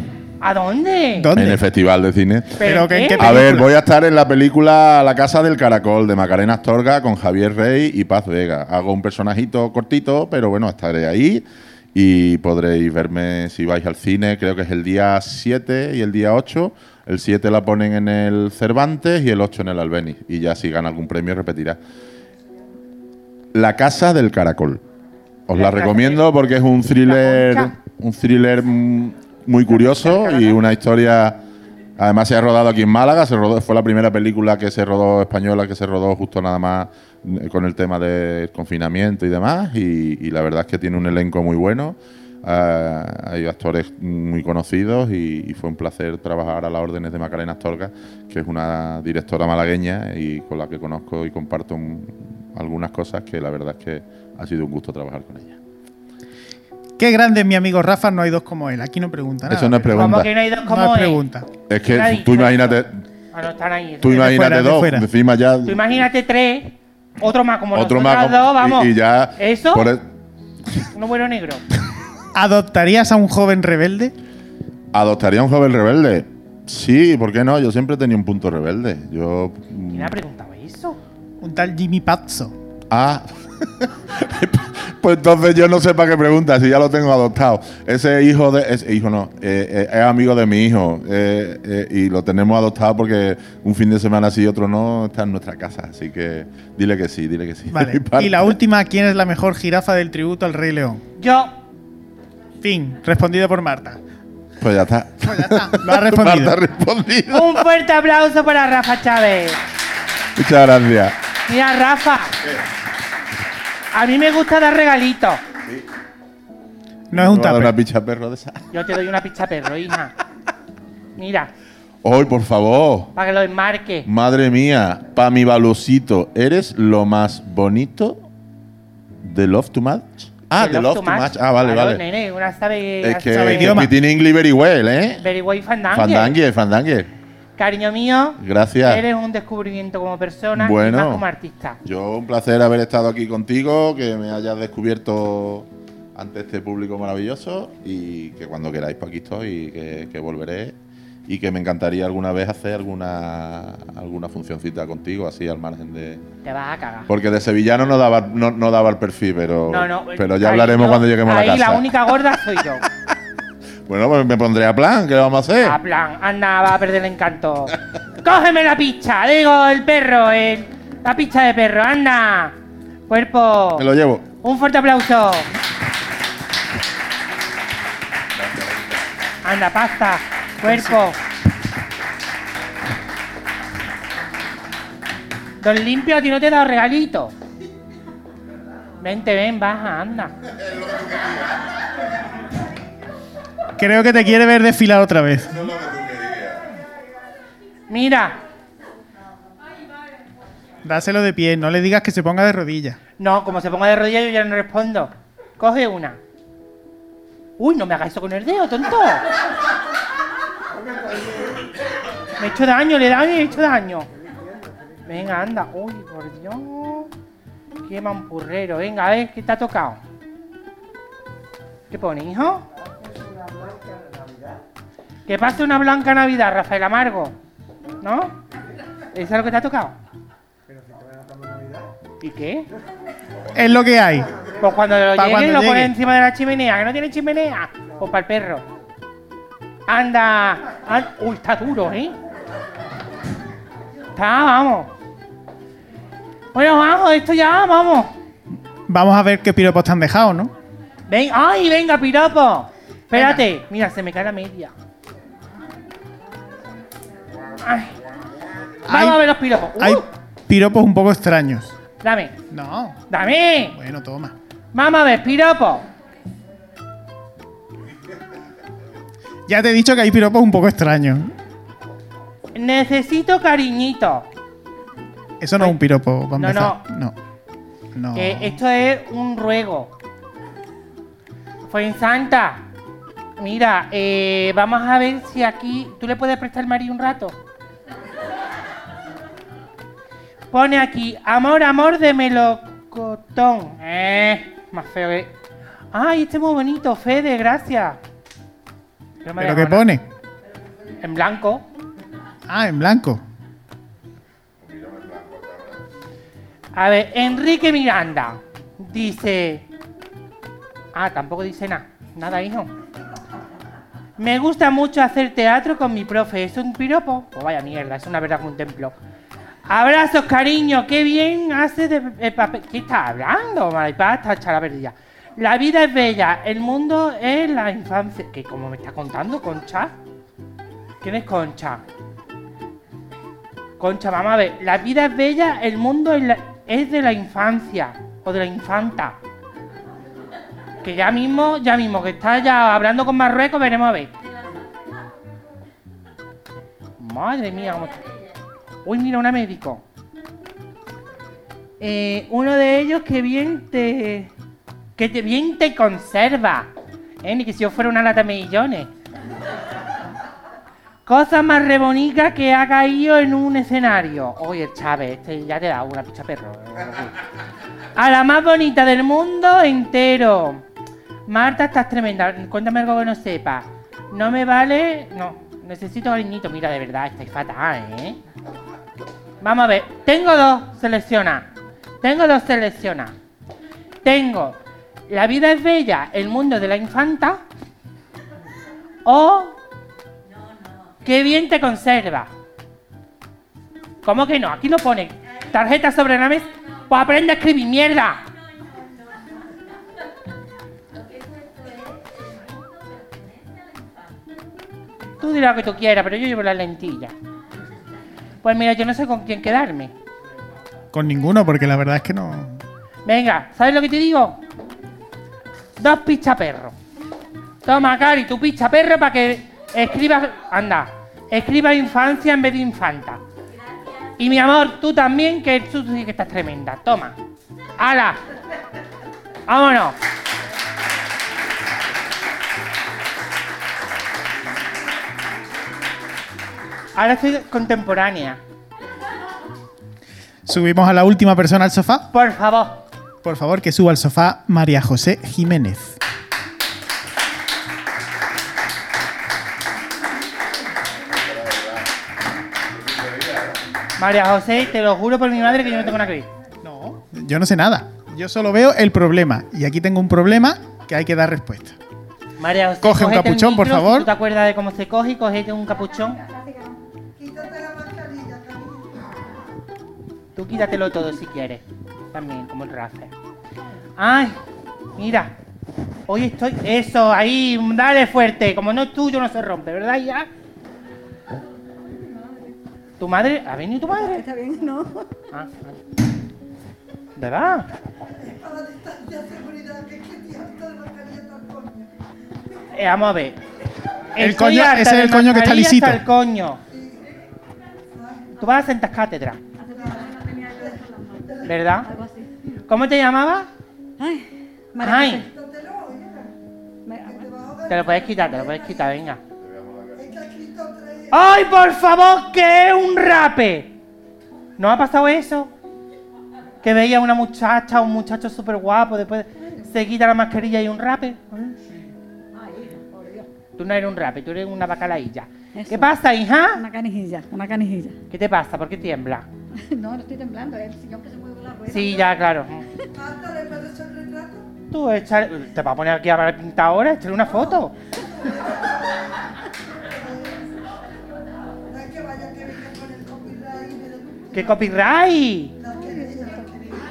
S2: ¿A dónde?
S3: ¿Dónde?
S7: en el Festival de Cine.
S3: pero que-
S2: qué?
S3: que-
S7: A ver,
S3: película?
S7: voy a estar en la película La Casa del Caracol de Macarena Astorga con Javier Rey y Paz Vega. Hago un personajito cortito, pero bueno, estaré ahí y podréis verme si vais al cine. Creo que es el día 7 y el día 8. El 7 la ponen en el Cervantes y el 8 en el Albeni. Y ya si gana algún premio repetirá. La Casa del Caracol. Os la
S2: La Casa
S7: recomiendo porque es un thriller,
S2: Concha.
S7: un thriller mm, muy curioso y una historia. Además se ha rodado aquí en Málaga. Se rodó, fue la primera película que se rodó española que se rodó justo nada más mm, con el tema del confinamiento y demás. Y, y la verdad es que tiene un elenco muy bueno. Ah, hay actores muy conocidos y, y fue un placer trabajar a las órdenes de Macarena Astorga, que es una directora malagueña y con la que conozco y comparto un- algunas cosas que la verdad es que ha sido un gusto trabajar con ella.
S3: Qué grande es mi amigo Rafa, no hay dos como él. Aquí no pregunta nada.
S7: Eso no es
S2: Como
S7: pregunta.
S2: que no hay dos como
S3: No es
S2: él.
S3: pregunta.
S7: Es
S2: ¿Quién ha
S7: que
S2: dicho
S7: tú imagínate,
S2: Ah, no están ahí.
S7: tú
S3: de fuera,
S7: imagínate
S3: de
S7: dos,
S3: fuera.
S7: encima ya
S2: Tú imagínate tres, otro más como
S7: otro
S2: nosotras
S7: más
S2: dos, vamos.
S7: y, y ya
S2: Eso,
S7: por e- el-
S2: un
S7: *laughs*
S2: bueno negro.
S3: ¿Adoptarías a un joven rebelde?
S7: adoptaría un joven rebelde. Sí, ¿por qué no? Yo siempre tenía un punto rebelde. Yo
S2: ¿Quién ha preguntado eso?
S3: Un tal Jimmy Pazzo.
S7: Ah. *laughs* pues entonces yo no sé para qué pregunta, si ya lo tengo adoptado. Ese hijo de. Ese hijo no. eh, eh, es amigo de mi hijo. eh, eh, y lo tenemos adoptado porque un fin de semana sí y otro no está en nuestra casa. Así que dile que sí, dile que sí. Mi *laughs*
S3: Vale.
S7: parte.
S3: y la última, ¿quién es la mejor jirafa del tributo al Rey León?
S2: Yo,
S3: Fin. Respondido por Marta.
S7: Pues ya está.
S3: Pues ya está, lo ha
S7: *laughs*
S3: respondido.
S7: Marta ha respondido.
S2: un fuerte aplauso para Rafa Chávez.
S7: Muchas gracias.
S2: Mira, Rafa. A mí me gusta dar regalitos.
S3: No es un
S7: Me va a dar una
S3: tupper.
S7: picha perro de esa.
S2: Yo te doy una pizza perro, hija. Mira,
S7: Hoy, por favor.
S2: para que lo enmarque.
S7: Madre mía, pa mi balosito, eres lo más bonito de Love Too Much. Ah, de Love Too Much. Ah, vale,
S2: Claro,
S7: vale.
S2: Nene, una sabe,
S7: Es que
S3: sabe
S7: que
S3: idioma.
S7: speaking English very well, ¿eh?
S2: Very way fandangue.
S7: Fandangue, fandangue.
S2: Cariño mío,
S7: Gracias.
S2: eres un descubrimiento como persona
S7: Bueno.
S2: y más como artista.
S7: Yo un placer haber estado aquí contigo, que me hayas descubierto ante este público maravilloso y que cuando queráis pues aquí estoy y que, que volveré y que me encantaría alguna vez hacer alguna alguna funcioncita contigo así al margen de,
S2: Te vas a cagar.
S7: Porque de sevillano no daba, no, no daba el perfil, pero,
S2: No, no, eh,
S7: pero ya
S2: ahí
S7: hablaremos
S2: no,
S7: cuando lleguemos a la
S2: Ahí
S7: casa.
S2: la única gorda soy yo.
S7: Bueno, pues me pondré a plan, ¿qué le vamos a hacer?
S2: A plan, anda, va a perder el encanto. Cógeme la picha, digo, el perro, el- la picha de perro, anda. Cuerpo.
S7: Me lo llevo.
S2: Un fuerte aplauso. Anda, pasta, cuerpo. Don Limpio, a ti no te he dado regalito. Vente, ven, baja, anda.
S3: Creo que te quiere ver desfilar otra vez.
S2: Mira,
S3: Dáselo de pie, no le digas que se ponga de rodillas.
S2: no, como se ponga de rodillas yo ya no respondo. Coge una. Uy, no me hagas eso con el dedo, tonto. Me he hecho daño, le he dado y he hecho daño. Venga, anda. Uy, por Dios. Qué mampurrero. Venga, a ver, ¿qué te ha tocado? ¿Qué pone, hijo? Que pase una blanca Navidad, Rafael Amargo. ¿No? ¿Eso es lo que te ha tocado? ¿Y qué?
S3: Es lo que hay.
S2: Pues cuando lo
S3: Pa'
S2: llegue,
S3: cuando
S2: lo
S3: llegue.
S2: pones encima de la chimenea. ¿Que no tiene chimenea? Pues para el perro. Anda. an- Uy, está duro, ¿eh? Está, vamos. Bueno, vamos, esto ya, vamos.
S3: Vamos a ver qué piropos te han dejado, ¿no?
S2: Uh. Ven, ay, venga, piropo. Espérate, mira, se me cae la media. Ay. Vamos
S3: Hay-
S2: a ver los piropos. Uh,
S3: Hay piropos un poco extraños.
S2: Dame,
S3: No.
S2: dame.
S3: Bueno, toma.
S2: Vamos a ver, piropo.
S3: Ya te he dicho que hay piropos un poco extraños.
S2: Necesito cariñito.
S3: Eso no es un piropo, para
S2: Pues No,
S3: empezar. No. No.
S2: Que esto es un ruego. Santa, mira, eh, vamos a ver si aquí. ¿Tú le puedes prestar el Mari un rato? Pone aquí, amor, amor de melocotón. Eh, más feo que. ¡Ay, este es muy bonito, Fede, gracias! No me
S3: ¿Pero
S2: ha
S3: qué
S2: dejado
S3: pone?
S2: nada. En blanco.
S3: Ah, en blanco.
S2: A ver, Enrique Miranda dice. Ah, tampoco dice nada. Nada, hijo. Me gusta mucho hacer teatro con mi profe. ¿Es un piropo? Pues vaya mierda, es una verdad como un templo. Abrazos, cariño, qué bien hace de, de papel. ¿Qué estás hablando, maripasta, chala perdida? La vida es bella, el mundo es la infancia. ¿Qué, como me está contando, Concha? ¿Quién es Concha? Concha, vamos a ver. La vida es bella, el mundo es, la- es de la infancia o de la infanta. Que ya mismo, ya mismo, que está ya hablando con Marruecos, veremos a ver. Madre mía, cómo está. Uy, mira, una médico. Eh, uno de ellos que bien te. que te, bien te conserva. Eh, ni que si yo fuera una lata de millones. Cosa más rebonica que ha caído en un escenario. Oye, Chávez, este ya te da una picha perro. A la más bonita del mundo entero. Marta, estás tremenda. Cuéntame algo que no sepa. No me vale. No, necesito cariñito. Mira, de verdad, estáis fatal, ¿eh? Vamos a ver. Tengo dos seleccionadas. Tengo dos seleccionadas. Tengo La vida es bella, el mundo de la infanta. O Qué bien te conserva. ¿Cómo que no? Aquí lo pone. Tarjeta sobre la mesa. Pues aprende a escribir mierda. Tú dirás lo que tú quieras, pero yo llevo la lentilla. Pues mira, yo no sé con quién quedarme.
S3: Con ninguno, porque la verdad es que no.
S2: Venga, ¿sabes lo que te digo? Dos picha perro. Toma, Cari, tu picha perro para que escribas. Anda, escriba infancia en vez de infanta. Y mi amor, tú también, que tú sí que estás tremenda. Toma. ¡Hala! ¡Vámonos! Ahora estoy contemporánea.
S3: Subimos a la última persona al sofá.
S2: Por favor.
S3: Por favor, que suba al sofá María José Jiménez.
S2: María José, te lo juro por mi madre que yo no tengo nada que ver.
S3: No. Yo no sé nada. Yo solo veo el problema. Y aquí tengo un problema que hay que dar respuesta.
S2: María José,
S3: Coge un
S2: cógete el
S3: capuchón, por
S2: micro, si
S3: favor.
S2: tú te acuerdas de cómo se coge y cogete un capuchón.
S5: Quítate la mascarilla, Camila.
S2: Tú quítatelo todo si quieres. También, como el Rafa. Ay, mira. Hoy estoy. Eso, ahí, dale fuerte. Como no es tuyo, no se rompe, ¿verdad? Ya. ¿Tu madre? ¿Ha venido tu madre?
S4: Está bien, ¿no?
S2: Ah, ah. ¿Verdad?
S5: Para la distancia de seguridad, que es que te harta de mascarilla tan coño.
S2: Eh, vamos a ver.
S3: El
S2: Estoy
S3: coño-
S2: harta
S3: ese es
S2: de
S3: el coño que está
S2: mascarilla hasta
S3: lisito.
S2: el coño. Tú vas a sentar cátedra. ¿Verdad? ¿Cómo te llamabas?
S4: Ay, María
S2: Ay,
S4: José, me-
S2: te lo puedes quitar, te lo puedes quitar, venga. ¡Ay, por favor, que es un rape! ¿No ha pasado eso? Que veía una muchacha, un muchacho súper guapo, después se quita la mascarilla y un rape. Tú no eres un rape, tú eres una bacalailla.
S4: Eso.
S2: ¿Qué pasa, hija?
S4: Una canijilla, una canijilla.
S2: ¿Qué te pasa? ¿Por qué tiembla?
S8: *laughs* No, no estoy temblando, es el señor que se mueve la rueda.
S2: Sí, ya, claro.
S5: Marta, ¿le puedes hacer retrato?
S2: Tú echa- te vas a poner aquí a hablar pinta ahora, echarle una foto.
S5: No es que vaya que venga con el copyright y me den
S2: ¡Qué copyright!
S5: la querella.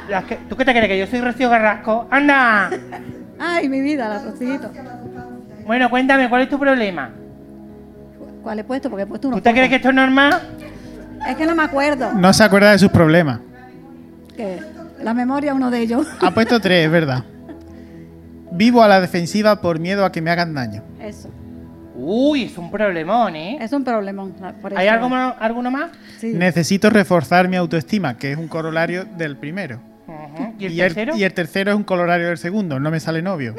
S2: Las que- ¿Tú qué te crees? ¿Que yo soy Rocío Carrasco? ¡Anda!
S8: Ay, mi vida, la rocito.
S2: Bueno, cuéntame, ¿cuál es tu problema?
S8: ¿Cuál he puesto? Porque he puesto uno.
S2: ¿Usted cree que esto es normal?
S8: Es que no me acuerdo.
S3: No se acuerda de sus problemas.
S8: Que la memoria es uno de ellos.
S3: Ha puesto tres, es verdad. Vivo a la defensiva por miedo a que me hagan daño.
S8: Eso.
S2: Uy, es un problemón, ¿eh?
S8: Es un problemón. la- por
S2: ¿Hay
S8: eso-
S2: algo, ma- alguno más?
S8: Sí.
S3: Necesito reforzar mi autoestima, que es un corolario del primero.
S2: Ujú. ¿Y el
S3: Y el,
S2: tercero?
S3: y el tercero es un corolario del segundo, no me sale novio.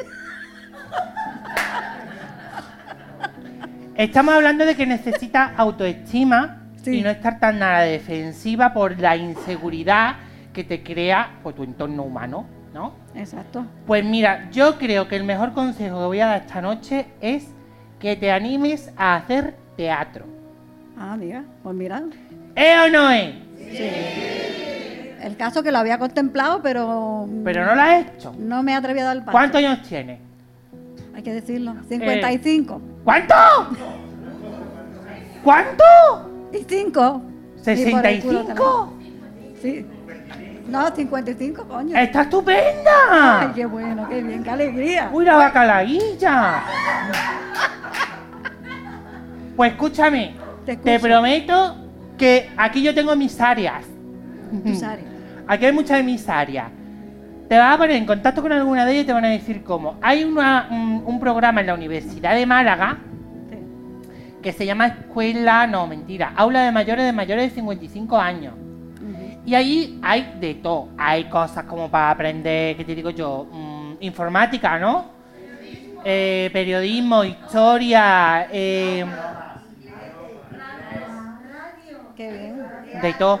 S2: Estamos hablando de que necesita autoestima
S8: Sí.
S2: y no estar tan a la defensiva por la inseguridad que te crea por tu entorno humano, ¿no?
S8: Exacto.
S2: Pues mira, yo creo que el mejor consejo que voy a dar esta noche es que te animes a hacer teatro.
S8: Ah, mira, pues mira.
S2: ¿Eh o no es?
S8: El caso que lo había contemplado, pero.
S2: Pero no lo has hecho.
S8: No me atreví a dar el paso.
S2: ¿Cuántos años tienes?
S8: Hay que decirlo. 55.
S2: Eh. ¿Cuánto? ¿Cuánto?
S8: ¿Y 5?
S2: ¿65?
S8: Sí. No, 55, coño.
S2: ¡Está
S8: Ay,
S2: estupenda!
S8: qué bueno, qué bien, qué alegría.
S2: ¡Uy, la bacalaílla! Pues escúchame,
S8: Te
S2: te,
S8: escucho.
S2: prometo que aquí yo tengo mis áreas.
S8: Tú sabes.
S2: Aquí hay muchas de mis áreas. Te vas a poner en contacto con alguna de ellas y te van a decir cómo. Hay una- un, un programa en la Universidad de Málaga
S8: Sí.
S2: que se llama Escuela, no, mentira, Aula de Mayores de Mayores de 55 años. Y ahí hay de todo. Hay cosas como para aprender, ¿qué te digo yo? Mm, informática, ¿no? Eh, periodismo, historia, eh,
S8: Qué bien.
S2: de todo.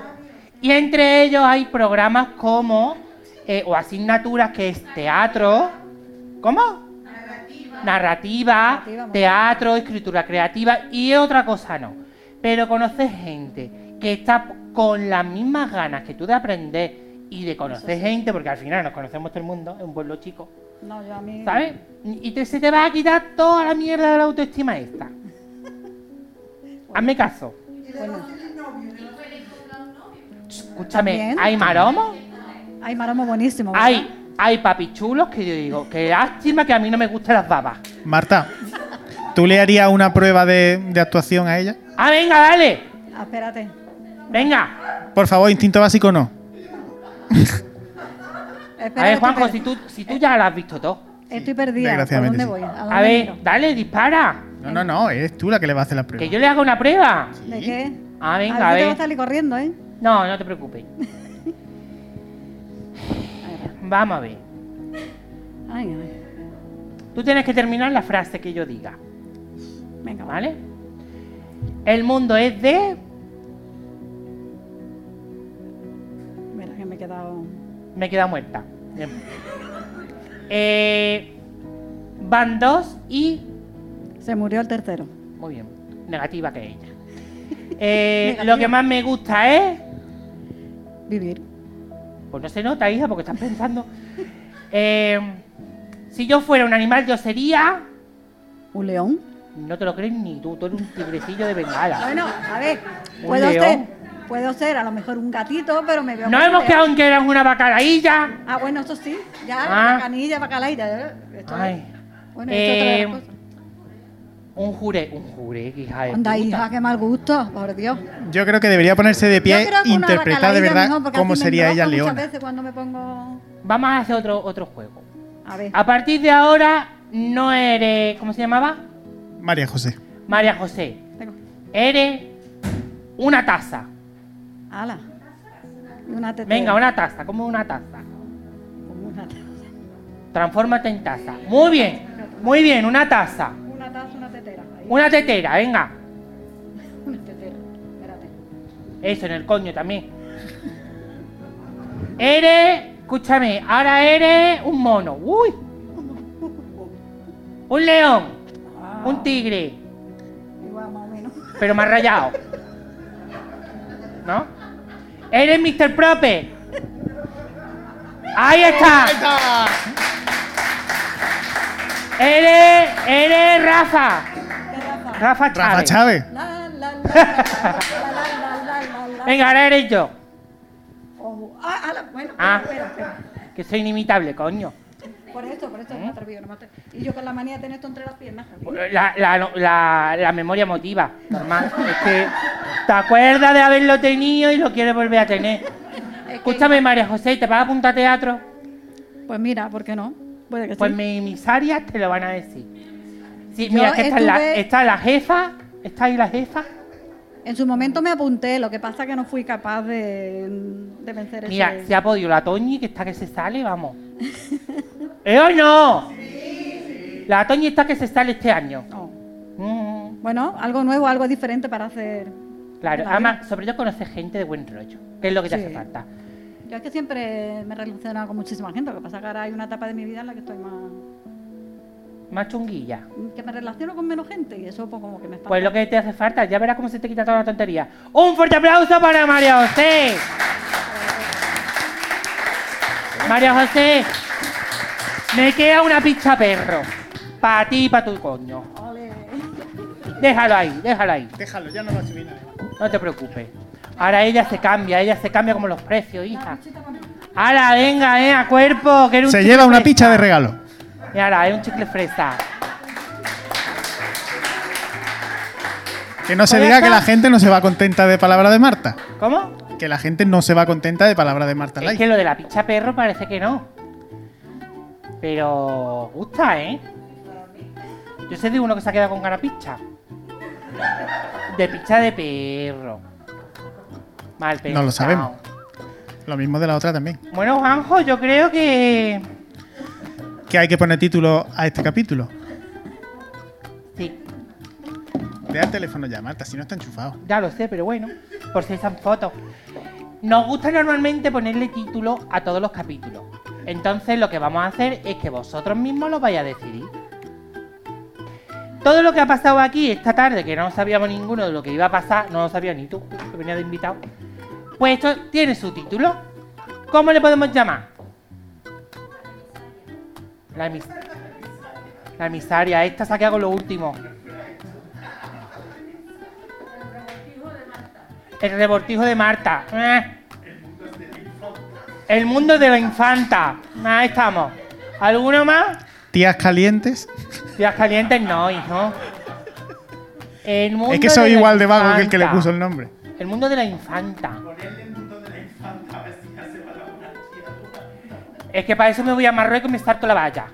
S2: Y entre ellos hay programas como, eh, o asignaturas que es teatro, ¿cómo? Narrativa,
S8: Narrativa, muy
S2: teatro, escritura creativa y otra cosa no. Pero conoces gente que está con las mismas ganas que tú de aprender y de conocer gente, porque al final nos conocemos todo el mundo, es un pueblo chico,
S8: No, yo a mí.
S2: ¿sabes? Y te- se te va a quitar toda la mierda de la autoestima
S8: *laughs*
S2: esta. Hazme caso.
S8: Bueno,
S2: Escúchame,
S8: También.
S2: ¿hay maromos?
S8: hay maromo buenísimo. ¿verdad?
S2: Hay, hay papichulos que yo digo, qué lástima que a mí no me gustan las babas.
S3: Marta, ¿tú le harías una prueba de, de actuación a ella?
S2: Ah, venga, dale.
S8: Ah, espérate.
S2: Venga.
S3: Por favor, instinto básico no.
S2: A
S8: Espérate,
S2: ver, Juanjo,
S8: estoy,
S2: si tú, si tú ya las has visto todo.
S8: per- estoy perdida. ¿Por
S3: Desgraciadamente,
S8: dónde voy?
S3: sí.
S8: ¿A, dónde
S2: A ver,
S8: miro?
S2: dale, dispara.
S3: No, no, no, eres tú la que le va a hacer la
S2: Que
S3: prueba.
S2: yo le haga una prueba.
S8: ¿De qué?
S2: Ah, venga,
S8: a
S2: a
S8: ver. Te
S2: ver.
S8: vas a salir corriendo, ¿eh?
S2: No, no te preocupes. Vamos a ver.
S8: Ay, ay.
S2: Tú tienes que terminar la frase que yo diga,
S8: Venga, vale.
S2: ¿vale? El mundo es de...
S8: Mira, que me he quedado.
S2: Me he quedado muerta. Bien. Eh, van dos y
S8: Se murió el tercero.
S2: Muy bien. Negativa que ella. Eh,
S8: Negativa.
S2: lo que más me gusta es.
S8: Vivir.
S2: Pues no se nota, hija, porque estás pensando. Eh, si yo fuera un animal, yo sería.
S8: Un león.
S2: No te lo crees ni tú, tú eres un tigrecillo de bengala.
S8: Bueno, a ver.
S2: Un
S8: Puedo
S2: león.
S8: ser. Puedo ser a lo mejor un gatito, pero me veo.
S2: No
S8: como
S2: hemos
S8: un
S2: quedado
S8: león.
S2: en que eras una bacalailla.
S8: Ah, bueno, eso sí. Ya,
S2: Ah.
S8: la canilla, bacalaita. ¿eh? Esto es-
S2: Ay.
S8: Bueno, esto es otra de
S2: Em,
S8: las cosas.
S2: Un juré, un juré, hija de.
S8: Anda,
S2: puta.
S8: hija, qué mal gusto, por Dios.
S3: Yo creo que debería ponerse de pie
S8: Yo creo
S3: e
S8: que una
S3: interpretar
S8: bacalaída
S3: de verdad
S8: mejor, porque
S3: cómo
S8: así me
S3: sería ella
S8: embrojo Muchas
S3: leona.
S8: veces cuando me pongo...
S2: Vamos a hacer otro, otro juego.
S8: A ver,
S2: A partir de ahora, no eres. ¿Cómo se llamaba?
S3: María José.
S2: María José.
S8: tengo...
S2: Eres una taza.
S8: Ala. Y Una tetera.
S2: Venga, una taza, como una taza.
S8: Como Una taza,
S2: Transfórmate en taza. Muy bien, muy bien, una taza.
S8: una, taza, una tetera. Ahí,
S2: Una tetera, venga.
S8: Una tetera. Espérate.
S2: Eso, en el coño también. Eres, escúchame, ahora eres un mono. Uy. Un león. Un tigre.
S8: Igual más o menos.
S2: Pero más rayado. ¿No? Eres Mr. Prope. Ahí está. Eres, eres Rafa. Rafa Chávez.
S3: Rafa Chávez.
S8: La, la, la, la, la, la, la, la, la.
S2: Venga, ahora eres yo.
S8: Ojo. Ah, ala, bueno,
S2: Ah.
S8: espera, espera.
S2: Que soy inimitable, coño.
S8: espera. Por esto, por esto,
S2: ¿Eh?
S8: no me atreví, no me atreví. Y yo con la manía de tener esto entre las piernas.
S2: Pues, La, la, la- la memoria emotiva, normal. Es que te acuerdas de haberlo tenido y lo quieres volver a tener. Escúchame, María José, ¿te vas a apuntar a teatro?
S8: Pues mira, ¿por qué no? Puede que
S2: Pues
S8: sí.
S2: mi- mis áreas te lo van a decir. Sí,
S8: Yo
S2: mira, que está, la,
S8: estuve-
S2: está la jefa. ¿Está ahí la jefa?
S8: En su momento me apunté, lo que pasa que no fui capaz de, de vencer
S2: Mira,
S8: ese...
S2: se ha podido la Toñi, que está que se sale,
S8: *laughs*
S2: vamos. ¿Eh o no? La Toñi está que se sale este año.
S8: No.
S2: Mm.
S8: Bueno, algo nuevo, algo diferente para hacer.
S2: Claro,
S8: en la
S2: además,
S8: vida.
S2: sobre todo conocer gente de buen rollo, que es lo que te
S8: Sí.
S2: hace falta.
S8: Yo es que siempre me he relacionado con muchísima gente, lo que pasa es que ahora hay una etapa de mi vida en la que estoy más...
S2: Más chunguilla.
S8: que me relaciono con menos gente y eso pues como que me espanta.
S2: Pues lo que te hace falta, ya verás cómo se te quita toda la tontería. Un fuerte aplauso para María José. María José, me queda una pizza perro. Para ti y para tu coño. Déjalo ahí, déjalo ahí.
S3: Déjalo, ya no va a subir nada.
S2: No te preocupes. Ahora ella se cambia, ella se cambia como los precios, hija. Ahora, venga, eh, a cuerpo. Que era un
S3: Se
S2: chicle
S3: lleva una
S2: fresa.
S3: picha de regalo.
S2: Y ahora, es un chicle fresa.
S3: Que no se
S2: Pues ya
S3: diga que
S2: está.
S3: la gente no se va contenta de palabra de Marta.
S2: ¿Cómo?
S3: Que la gente no se va contenta de palabra de Marta
S2: Es
S3: Lai.
S2: que lo de la picha perro parece que no. Pero gusta, ¿eh? Yo sé de uno que se ha quedado con gana picha. De picha de perro. Mal pensado.
S3: No lo sabemos. Lo mismo de la otra también.
S2: Bueno, Juanjo, yo creo que...
S3: Que hay que poner título a este capítulo.
S2: Sí,
S3: Deja el teléfono ya, Marta, si no está enchufado.
S2: ya lo sé, pero bueno. Por si esas fotos. Nos gusta normalmente ponerle título a todos los capítulos. Entonces lo que vamos a hacer es que vosotros mismos lo vais a decidir. Todo lo que ha pasado aquí esta tarde, que no sabíamos ninguno de lo que iba a pasar, no lo sabía ni tú, que venía de invitado. Pues esto tiene su título. ¿Cómo le podemos llamar? La misaria. La misaria, esta se ha quedado con lo último. El revoltijo de Marta. Eh. El mundo de la infanta. Ahí estamos. ¿Alguno más?
S3: Tías calientes.
S2: Días calientes no, hijo. El mundo
S3: Es que soy
S2: la
S3: igual de vago que el que le
S2: infanta.
S3: puso el nombre.
S2: El mundo de la infanta. Es que para eso me voy a Marruecos y me salto la valla.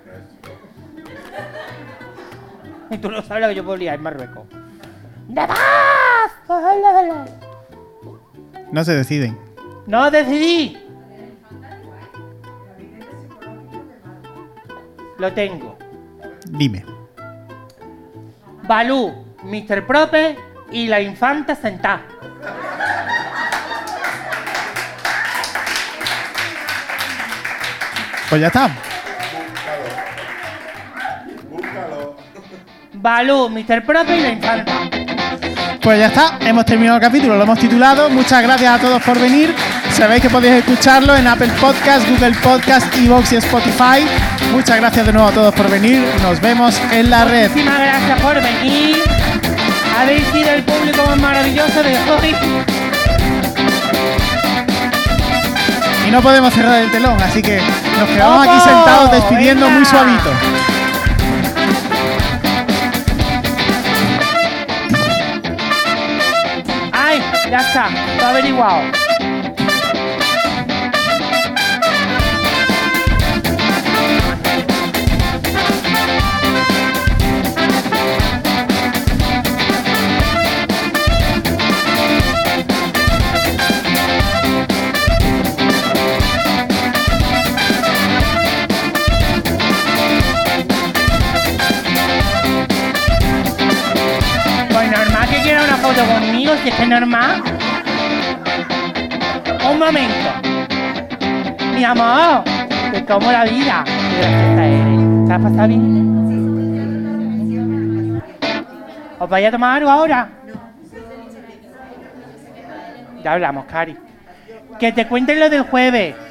S2: Y tú no sabes lo que yo podría en Marruecos. ¡De más!
S3: No se deciden.
S2: ¡No decidí! Lo tengo.
S3: Dime.
S2: Balú, Mr. Prope y la infanta sentada.
S3: Pues ya está.
S2: Balú, Mr. Prope y la infanta.
S3: Pues ya está, hemos terminado el capítulo, lo hemos titulado. Muchas gracias a todos por venir. Sabéis que podéis escucharlo en Apple Podcast, Google Podcast, Evox y Spotify. Muchas gracias de nuevo a todos por venir. Nos vemos en la red.
S2: Muchísimas gracias por venir. Habéis sido el público más maravilloso de hoy.
S3: Y no podemos cerrar el telón, así que nos quedamos aquí
S2: ¡Ojo!
S3: sentados despidiendo muy
S2: ¡Venga!
S3: suavito.
S2: ¡Ay! Ya está. Lo he averiguado. Pues normal que quiera una foto conmigo, si es que es normal. Un momento. Mi amor, te como la vida. Qué graciosa eres. eh. ¿Te has pasado bien? ¿Os vais a tomar algo ahora? Ya hablamos, Cari. Que te cuenten lo del jueves.